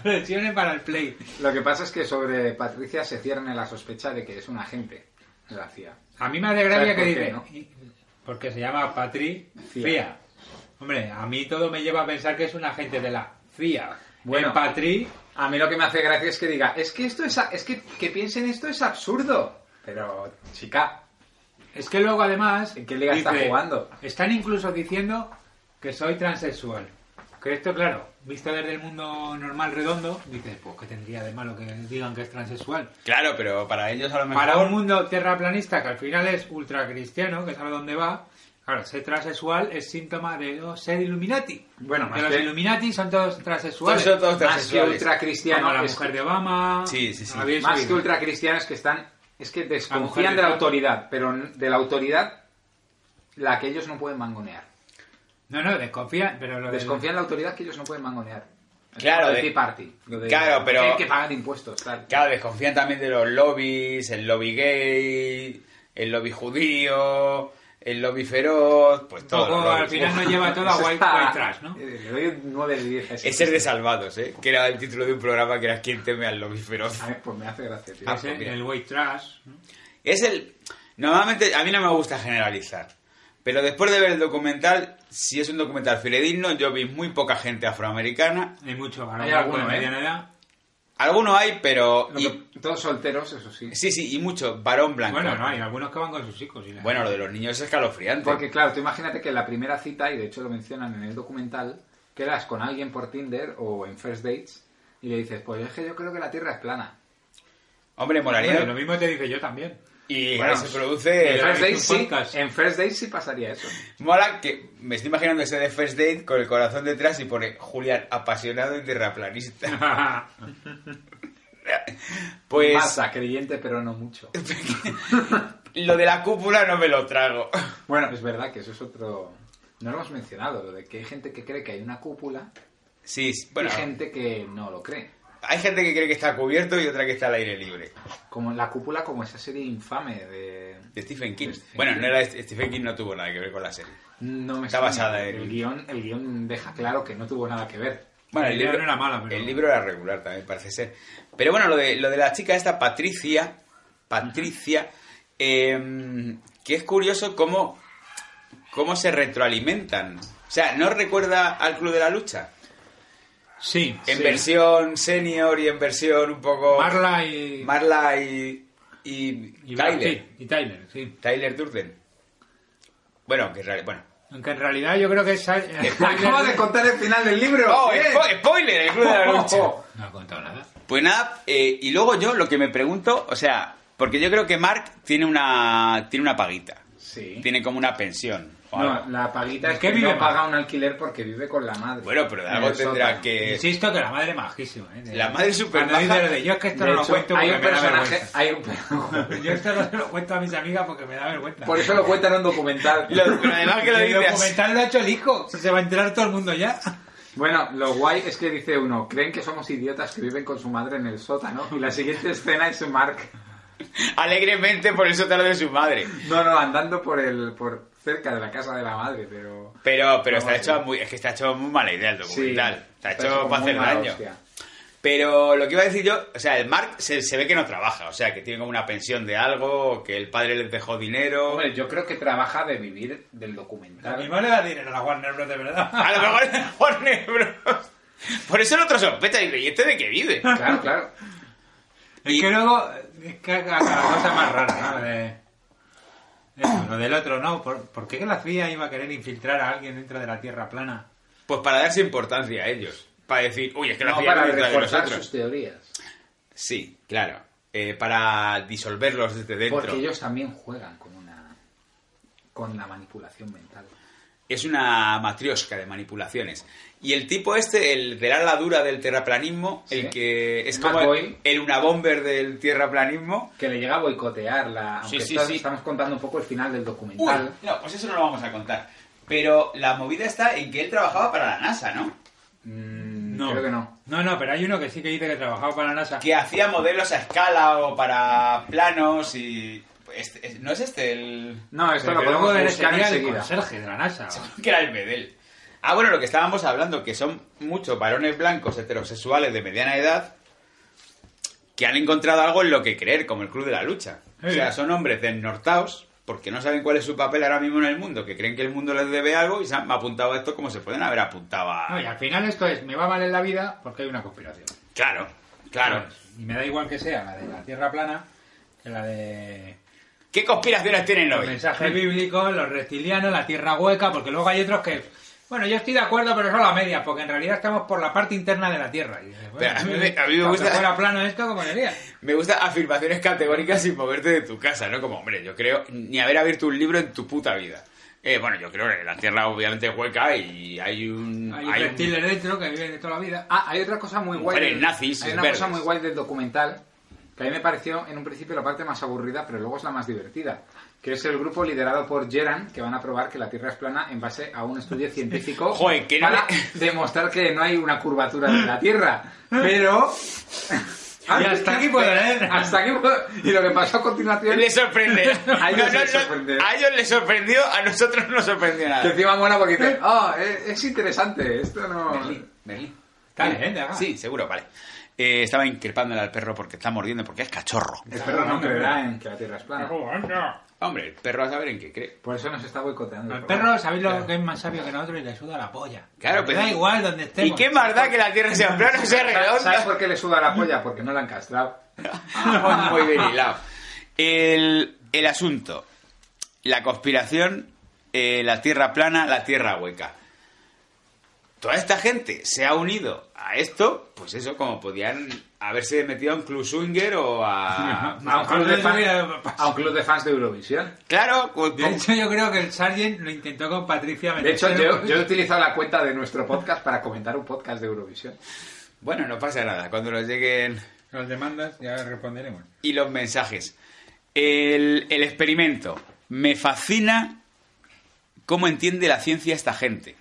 presione para el play. Lo que pasa es que sobre Patricia se cierne la sospecha de que es un agente de la CIA. A mí me hace gracia ¿Sabes que por qué, dice, no? "Y- porque se llama Patri CIA. CIA. Hombre, a mí todo me lleva a pensar que es un agente de la CIA. Bueno, Bueno. Patri, A mí lo que me hace gracia es que diga, es que esto es, a- es que, que piensen esto es absurdo. Pero, chica, es que luego además... ¿En qué liga está jugando? Están incluso diciendo que soy transexual. Que esto, claro, visto desde el mundo normal redondo, dices, pues que tendría de malo que digan que es transexual. Claro, pero para ellos a lo mejor... Para un mundo terraplanista que al final es ultracristiano, que sabe dónde va, claro, ser transexual es síntoma de oh, ser Illuminati. Bueno, que más los que- Illuminati son todos transexuales. Todos son todos más que transexuales. ultracristiano, Como la es- mujer de Obama. Sí, sí, sí. habéis más que oído. ultracristianos que están, es que La mujer desconfían de de la Trump. autoridad, pero n- de la autoridad la que ellos no pueden mangonear. No, no, desconfían, pero lo del- Desconfían de la autoridad que ellos no pueden mangonear. Es Claro, como de- el Tea Party. lo de- Claro, pero- que Hay que pagar impuestos, tal. Claro, desconfían también de los lobbies, el lobby gay, el lobby judío, el lobby feroz, pues un todo. poco, al final nos lleva todo a Eso white, está- white trash, ¿no? eh, Le doy un 9 de 10. a ese Ese es de Salvados, ¿eh? Que era el título de un programa que era ¿Quién teme al lobby feroz? A ver, pues me hace gracia, tío. Ah, Ese, pues mira. el white trash. ¿no? Es el... Normalmente a mí no me gusta generalizar, pero después de ver el documental, si es un documental fidedigno, yo vi muy poca gente afroamericana. Hay mucho varón Hay blanco alguno, de ¿eh? mediana edad. Algunos hay, pero... Lo y- que- Todos solteros, eso sí. Sí, sí, y mucho. Varón blanco. Bueno, no, hay algunos que van con sus hijos. Y la- Bueno, lo de los niños es escalofriante. Porque claro, tú imagínate que la primera cita, y de hecho lo mencionan en el documental, quedas con alguien por Tinder o en First Dates y le dices, pues es que yo creo que la Tierra es plana. Hombre, Hombre, molaría. lo mismo te dije yo también. Y Bueno, se produce... En Pero First, hay Dates un sí, podcast. en First Dates sí pasaría eso. Mola que me estoy imaginando ese de First Date con el corazón detrás y pone Julián apasionado y terraplanista. Pues Masa, creyente, pero no mucho. lo de la cúpula no me lo trago. Bueno, es verdad que eso es otro... No lo hemos mencionado, lo de que hay gente que cree que hay una cúpula Sí, bueno, y gente que no lo cree. hay gente que cree que está cubierto y otra que está al aire libre. Como la cúpula, como esa serie infame de... De Stephen King. De Stephen bueno, King. no era Stephen King, no tuvo nada que ver con la serie. No me Está extraña. basada en- El guión, el guión deja claro que no tuvo nada que ver. Bueno, La idea no era mala, pero- el libro era regular también, parece ser. Pero bueno, lo de, lo de la chica esta, Patricia, Patricia, eh, que es curioso cómo, cómo se retroalimentan. O sea, ¿no recuerda al Club de la Lucha? Sí. En sí. versión senior y en versión un poco... Marla y, Marla y, y, y Brad Tyler. Pitt, y Tyler, sí. Tyler Durden. Bueno, que en realidad- bueno. Aunque en realidad yo creo que es... Acabo de contar el final del libro. ¡Oh, Bien. spo- spoiler! El Club de la Lucha. No ha contado nada. Pues nada, eh, y luego yo lo que me pregunto, o sea, porque yo creo que Mark tiene una tiene una paguita, Sí. tiene como una pensión. o No, algo. la paguita es ¿Qué que vive no más? paga un alquiler porque vive con la madre. Bueno, pero de En algo el tendrá sótano. que... Insisto que la madre es majísima. ¿eh? De- Eh, La madre es súper Cuando dice maja. lo de, yo es que esto De no hecho, lo cuento hay porque un me da personaje, vergüenza. hay un Yo esto no se lo cuento a mis amigas porque me da vergüenza. Por eso lo cuentan en un documental. Lo- pero además que lo el dices... documental lo ha hecho el hijo. Si se va a enterar todo el mundo ya. Bueno, lo guay es que dice uno, creen que somos idiotas que viven con su madre en el sótano y la siguiente escena es Mark, Alegremente por eso te lo de su madre. no, no, andando por el por cerca de la casa de la madre, pero Pero, Vamos pero está a hecho ver. muy, es que está hecho muy mala idea el documental. está pero es hecho como para muy hacer mala daño. hostia. Pero lo que iba a decir yo, o sea, el Mark se, se ve que no trabaja, o sea, que tiene como una pensión de algo, que el padre les dejó dinero. Hombre, yo creo que trabaja de vivir del documental. Mi madre le da dinero a la Warner Bros. de verdad. A lo mejor es Warner Bros. Por eso el otro sospecha y dice, ¿y este de qué vive? Claro, claro. Es que luego es que haga la cosa más rara, ¿no? De- eso, lo del otro, ¿no? ¿Por, por qué la CIA iba a querer infiltrar a alguien dentro de la Tierra plana? Pues para darse importancia a ellos. Para decir, uy, es que la No, CIA para no es la de reforzar nosotros. sus teorías. Sí, claro. Eh, para disolverlos desde dentro. Porque ellos también juegan con una con la manipulación mental. Es una matriosca de manipulaciones. Y el tipo este, el del ala dura del terraplanismo, el Sí. que es El como el, McCoy. el una bomber del terraplanismo. Que le llega a boicotear la... Aunque Sí, sí, esto sí. estamos contando un poco el final del Uy, documental. no, pues eso no lo vamos a contar. Pero la movida está en que él trabajaba para la NASA, ¿no? Mm, Creo que no. No, no, pero hay uno que sí que dice que trabajaba para la NASA. que hacía modelos a escala o para planos y... este- es- ¿No es este el...? No, esto Pero lo luego podemos de- buscar sería el enseguida. conserje de la NASA. que era el Bedel. Ah, bueno, lo que estábamos hablando, que son muchos varones blancos heterosexuales de mediana edad que han encontrado algo en lo que creer, como el Club de la Lucha. O sea, son hombres desnortados porque no saben cuál es su papel ahora mismo en el mundo, que creen que el mundo les debe algo y se han apuntado a esto como se pueden haber apuntado No, a... y al final esto es, me va mal en la vida porque hay una conspiración. Claro, claro. Y me da igual que sea la de la Tierra plana que la de ¿Qué conspiraciones tienen los hoy? mensajes bíblicos, los reptilianos, la Tierra hueca, porque luego hay otros que... Bueno, yo estoy de acuerdo, pero solo a media, porque en realidad estamos por la parte interna de la Tierra. Y dices, bueno, Pero a mí me- a mí me cuando gusta- fuera plano esto, como diría. Me gusta afirmaciones categóricas sin moverte de tu casa, ¿no? Como, hombre, yo creo ni haber abierto un libro en tu puta vida. Eh, bueno, yo creo que la Tierra obviamente es hueca y hay un... Hay, un- reptiles dentro que viven de toda la vida. Ah, hay otra cosa muy guay. Mujeres del- nazis, hay una verdes. cosa muy guay del documental que a mí me pareció en un principio la parte más aburrida, pero luego es la más divertida. Que es el grupo liderado por Geran, que van a probar que la Tierra es plana en base a un estudio científico Joder, que no para me- demostrar que no hay una curvatura de la Tierra. Pero... hasta aquí puedo leer. Hasta aquí puedo- Y lo que pasó a continuación... Les sorprende. A ellos No, no, les no. sorprende. A ellos les sorprendió, a nosotros no sorprendió Que nada. encima mola porque dice, ah, es, es interesante, esto no... Berlín. Dale, eh, venga. Sí, seguro, vale. Eh, estaba increpándole al perro porque está mordiendo, porque es cachorro. El perro no creerá en que la Tierra es plana. Hombre, el perro a saber en qué cree. Por eso nos está boicoteando. Al programa. perro, sabéis lo que es más sabio que nosotros y le suda la polla. Claro, Le pero- Da igual donde ¿Y estemos. qué más da que la Tierra sea plana o sea ¿Sabes redonda? por qué le suda la polla? Porque no la han castrado. Muy bien hilado. El, el asunto. La conspiración, eh, la tierra plana, la tierra hueca. Toda esta gente se ha unido a esto, pues eso, como podían haberse metido a un club swinger o a... A un club de Mira, fans, pasa. a un club de, fans de Eurovisión. Claro, pues, De hecho, yo creo que el Sargent lo intentó con Patricia. De hecho, meterse en yo, un- yo he utilizado la cuenta de nuestro podcast para comentar un podcast de Eurovisión. bueno, no pasa nada. Cuando nos lleguen Las demandas ya responderemos. y los mensajes. El, el experimento. Me fascina cómo entiende la ciencia esta gente.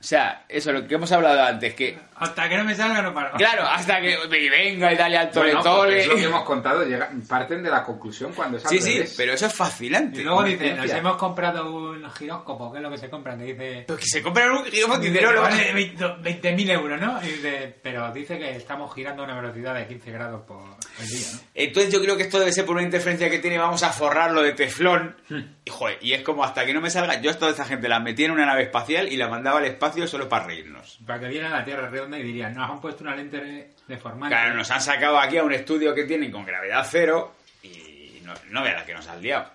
O sea, eso es lo que hemos hablado antes, que... Hasta que no me salga no paro. Claro, hasta que y venga y dale al tole Bueno, porque tole. es lo que hemos contado, llega- parten de la conclusión cuando es al Sí, sí, revés. pero eso es fascinante. Y luego dice, Conciencia. nos hemos comprado un giróscopo, que es lo que se compran, que dice... Pero que se compra un digamos, dice, dinero, lo- vale 20.000 euros, ¿no? Y dice, pero dice que estamos girando a una velocidad de 15 grados por el día, ¿no? Entonces yo creo que esto debe ser por una interferencia que tiene, vamos a forrarlo de teflón. Y, joder, y es como hasta que no me salga, yo a toda esta gente la metía en una nave espacial y la mandaba al espacio solo para reírnos. Para que viera la Tierra redonda y dirían, nos han puesto una lente de- deformante. Claro, nos han sacado aquí a un estudio que tienen con gravedad cero y no, no veas la que nos han liado.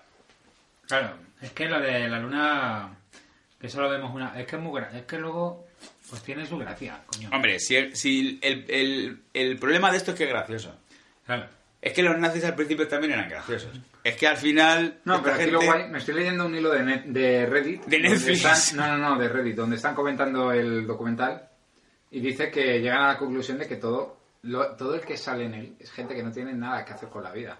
Claro, es que lo de la luna, que solo vemos una, es que es muy gra- es que luego, pues tiene su gracia, coño. Hombre, si, el, si el, el- el problema de esto es que es gracioso. Claro. Es que los nazis al principio también eran graciosos. Es que al final... No, esta pero aquí gente- lo guay, me estoy leyendo un hilo de, net- de Reddit. De donde Netflix. están- no, no, no, de Reddit, donde están comentando el documental y dice que llegan a la conclusión de que todo, lo- todo el que sale en él es gente que no tiene nada que hacer con la vida.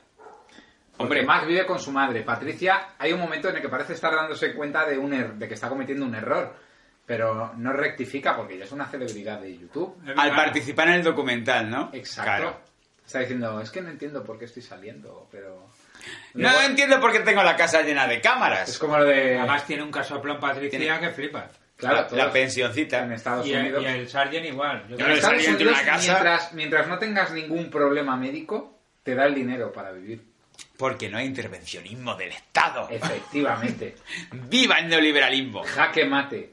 Hombre, Hombre, Max vive con su madre. Patricia, hay un momento en el que parece estar dándose cuenta de, un er- de que está cometiendo un error, pero no rectifica porque ya es una celebridad de YouTube. al participar en el documental, ¿no? Exacto. Claro. Está diciendo, es que no entiendo por qué estoy saliendo, pero... No Luego- entiendo por qué tengo la casa llena de Es cámaras. como lo de... Además Eh. tiene un casoplón Patricia Tiene- que flipa. claro, la, todos- pensioncita. en Estados Y el, Unidos. y el Sargent igual. En Yo Yo creo que- no Estados salí de una Unidos, casa. mientras, mientras no tengas ningún problema médico, te da el dinero para vivir. Porque no hay intervencionismo del Estado. Efectivamente. ¡Viva el neoliberalismo! Jaque mate.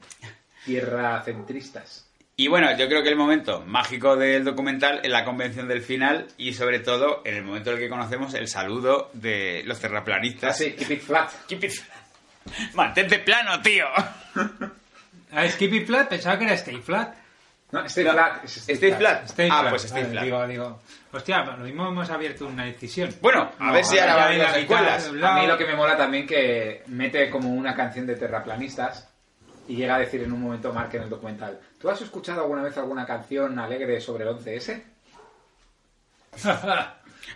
Tierra centristas. Y bueno, yo creo que el momento mágico del documental es la convención del final y sobre todo en el momento en el que conocemos el saludo de los terraplanistas. Así, keep it flat. Keep it- Mantente plano, tío. Ah, Skippy Flat, pensaba que era Stay Flat. No, stay No, flat. es stay flat. Stay ah, Flat. pues Stay Vale, Flat. Digo, digo. Hostia, lo mismo hemos abierto una decisión. Bueno, a No, ver si ahora ya van hay las la mitad escuelas. de un A lado. mí lo que me mola también que mete como una canción de terraplanistas y llega a decir en un momento Mark en el documental ¿Tú has escuchado alguna vez alguna canción alegre sobre el 11S?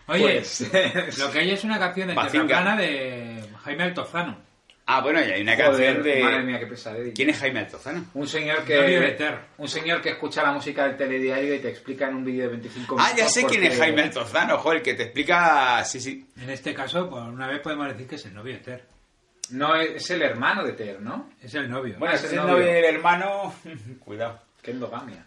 Oye, Pues- lo que hay es una canción de Bazinga. Terraplana de Jaime Altozano. Ah, bueno, y hay una Joder, canción de... Madre mía, qué pesadilla. ¿Quién es Jaime Altozano? Un señor No vive que eterno. un señor que escucha la música del telediario y te explica en un vídeo de 25 Ah, minutos. ya sé quién es porque- Jaime Altozano, joder, que te explica... Sí, sí. En este caso, por una vez podemos decir que es el novio de Ter. No es, es el hermano de Ter, ¿no? Es el novio. Bueno, es ese es el el novio. novio del hermano... Cuidado. Que endogamia.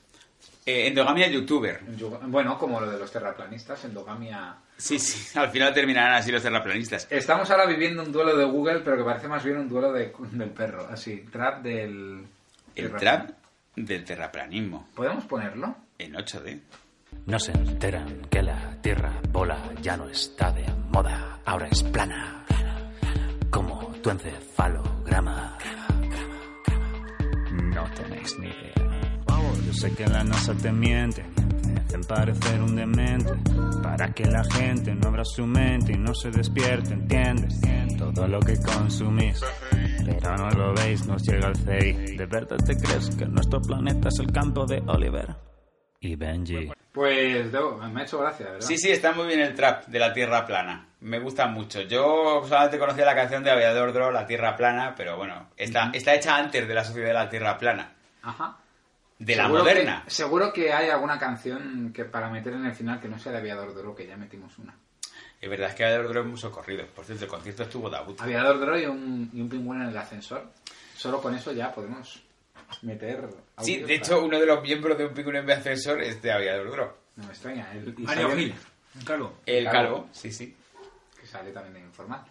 Eh, endogamia youtuber. En yugo- Bueno, como lo de los terraplanistas, endogamia. Sí, sí. Al final terminarán así los terraplanistas. Estamos ahora viviendo un duelo de Google, pero que parece más bien un duelo de- del perro, así, trap del El terraplan- trap del terraplanismo. ¿Podemos ponerlo? En 8D. No se enteran que la tierra bola ya no está de moda, ahora es plana, como tu encefalograma. No tenéis ni idea. Yo sé que la NASA te miente, te hacen parecer un demente, para que la gente no abra su mente y no se despierte, ¿entiendes? Todo lo que consumís, pero no lo veis, nos llega el CI. ¿De verdad te crees que nuestro planeta es el campo de Oliver? Y Benji. Pues debo- me ha hecho gracia, ¿verdad? Sí, sí, está muy bien el trap de la tierra plana. Me gusta mucho. Yo solamente conocía la canción de Aviador Dro, La Tierra Plana, pero bueno, está, está hecha antes de la sociedad de la Tierra Plana. Ajá. De la Seguro que- moderna. seguro que hay alguna canción que para meter en el final que no sea de Aviador Doro, que ya metimos una. Es verdad, es que Aviador Dro es muy socorrido. Por cierto, el concierto estuvo Daud. Aviador Doro y un, y un pingüino en el ascensor. Solo con eso ya podemos meter. Sí, audio de para- hecho, uno de los miembros de un pingüino en vez de ascensor es de Aviador Dro. No me extraña. El, y Mario salió- Gil, un calvo. El Calvo. calvo, sí, sí. Que sale también de informal.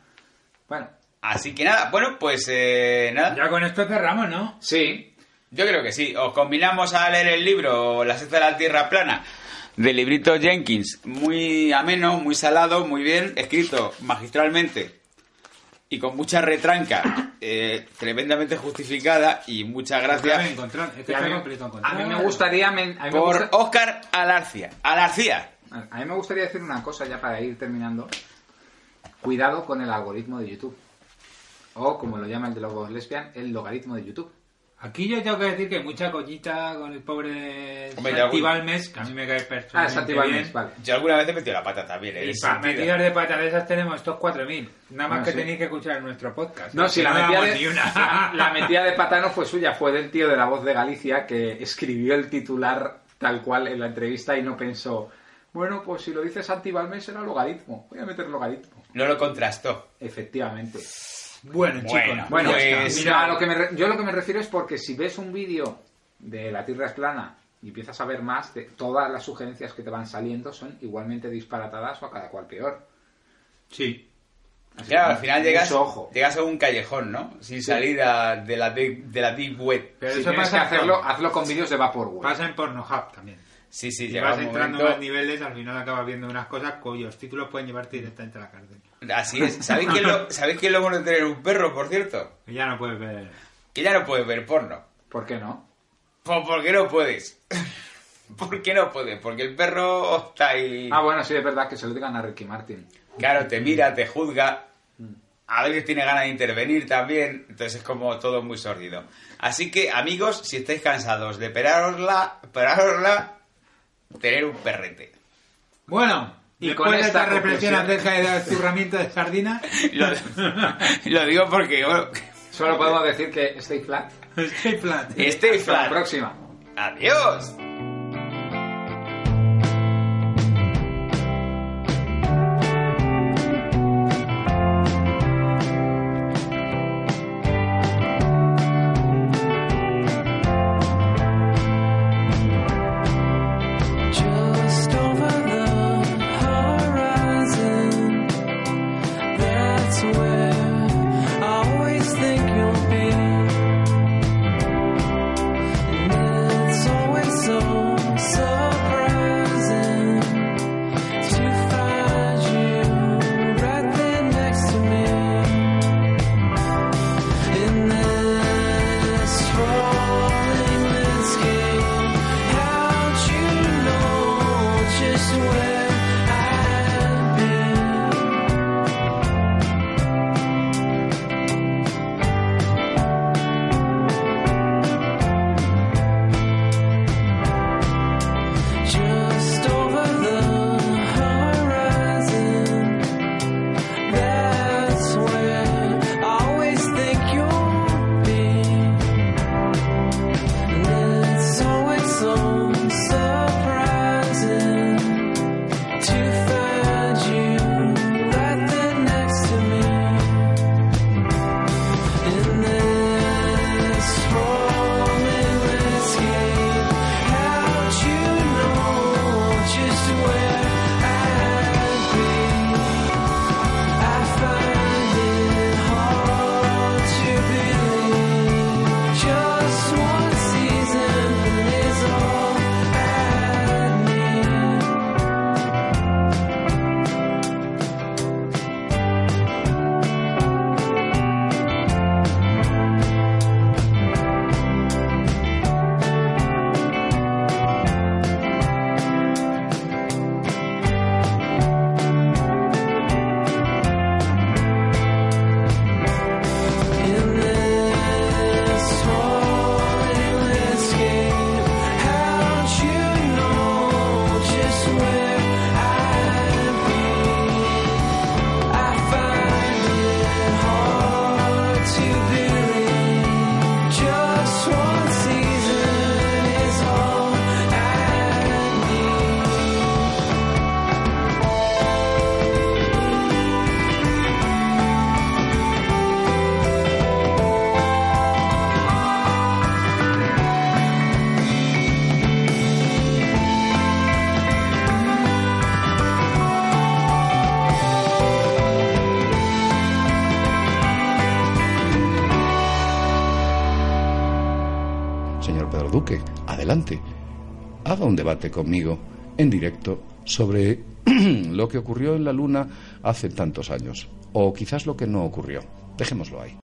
Bueno, Así que nada, bueno, pues eh, nada. Ya con esto cerramos, ¿no? sí. Yo creo que sí. Os combinamos a leer el libro La sexta de la tierra plana de librito Jenkins. Muy ameno, muy salado, muy bien escrito, magistralmente y con mucha retranca, eh, tremendamente justificada y muchas Déjame gracias encontrar, es que Y a, está mí, complicado a encontrar. mí me gustaría. men- a mí me por gusta- Oscar Alarcia. Alarcia. A mí me gustaría decir una cosa ya para ir terminando. Cuidado con el algoritmo de YouTube. O como lo llama el de los lesbian, el logaritmo de YouTube. Aquí yo tengo que decir que mucha collita con el pobre Hombre, ya, Santi Balmes, que a mí me cae perfectamente Ah, Santi Balmes, bien. vale. Yo alguna vez he metido la pata también, ¿eh? Y Ese para tío. metidas de patas de esas tenemos estos 4.000. Nada más Ah, que sí. tenéis que escuchar nuestro podcast. No, si la metida, damos de, ni la- una. la metida de pata no fue suya, fue del tío de La Voz de Galicia que escribió el titular tal cual en la entrevista y no pensó, bueno, pues si lo dice Santi Balmes será logaritmo, voy a meter logaritmo. No lo contrastó. Efectivamente. Bueno, Bueno. chicos. Bueno, Pues- ya está. mira, a lo que me re- yo lo que me refiero es porque si ves un vídeo de La Tierra es plana y empiezas a ver más, te- todas las sugerencias que te van saliendo son igualmente disparatadas o a cada cual peor. Sí. Claro, al final llegas, Mucho ojo. llegas a un callejón, ¿no? Sin salida de la big, de la big web. Pero si eso tienes que pasa, en hacerlo, todo. hazlo con vídeos de Vaporwave. pasa en Pornhub también. Sí, sí, Si llega vas un entrando momento... más niveles, al final acabas viendo unas cosas cuyos títulos pueden llevarte directamente a la cárcel. Así es. ¿Sabéis quién, lo, ¿Sabéis quién lo bueno de tener un perro, por cierto? Que ya no puedes ver. Que ya no puedes ver porno. ¿Por qué no? Pues, ¿Por qué no puedes? ¿Por qué no puedes? Porque el perro está ahí... Ah, bueno, sí, es verdad que se lo digan a Ricky Martin. Claro, te mira, te juzga. A veces tiene ganas de intervenir también. Entonces es como todo muy sordido. Así que, amigos, si estáis cansados de perarosla, perarosla, tener un perrete. Bueno, Y y con después de esta esta reflexión conclusión- acerca de tu herramienta de sardina, Lo, lo digo porque... bueno, Solo podemos decir que stay flat. estoy plata. Stay Hasta la flat. próxima. este Adiós. Just over the horizon, that's where I always think you'll be, and it's always so surprising to find you right there next to me. In this rolling landscape. How'd you know just where I'd been? Just over the horizon, that's where I always think you'll be. It's always so surprising to find you right there next to me. In this rolling landscape, how'd you know just where I'd be? I find it hard to believe. Just one season is all I need. In this holy landscape, how'd you know just where I'd be? I find it hard to believe. Just one season is all I need. señor Pedro Duque, adelante. Haga un debate conmigo en directo sobre lo que ocurrió en la Luna hace tantos años, o quizás lo que no ocurrió. Dejémoslo ahí.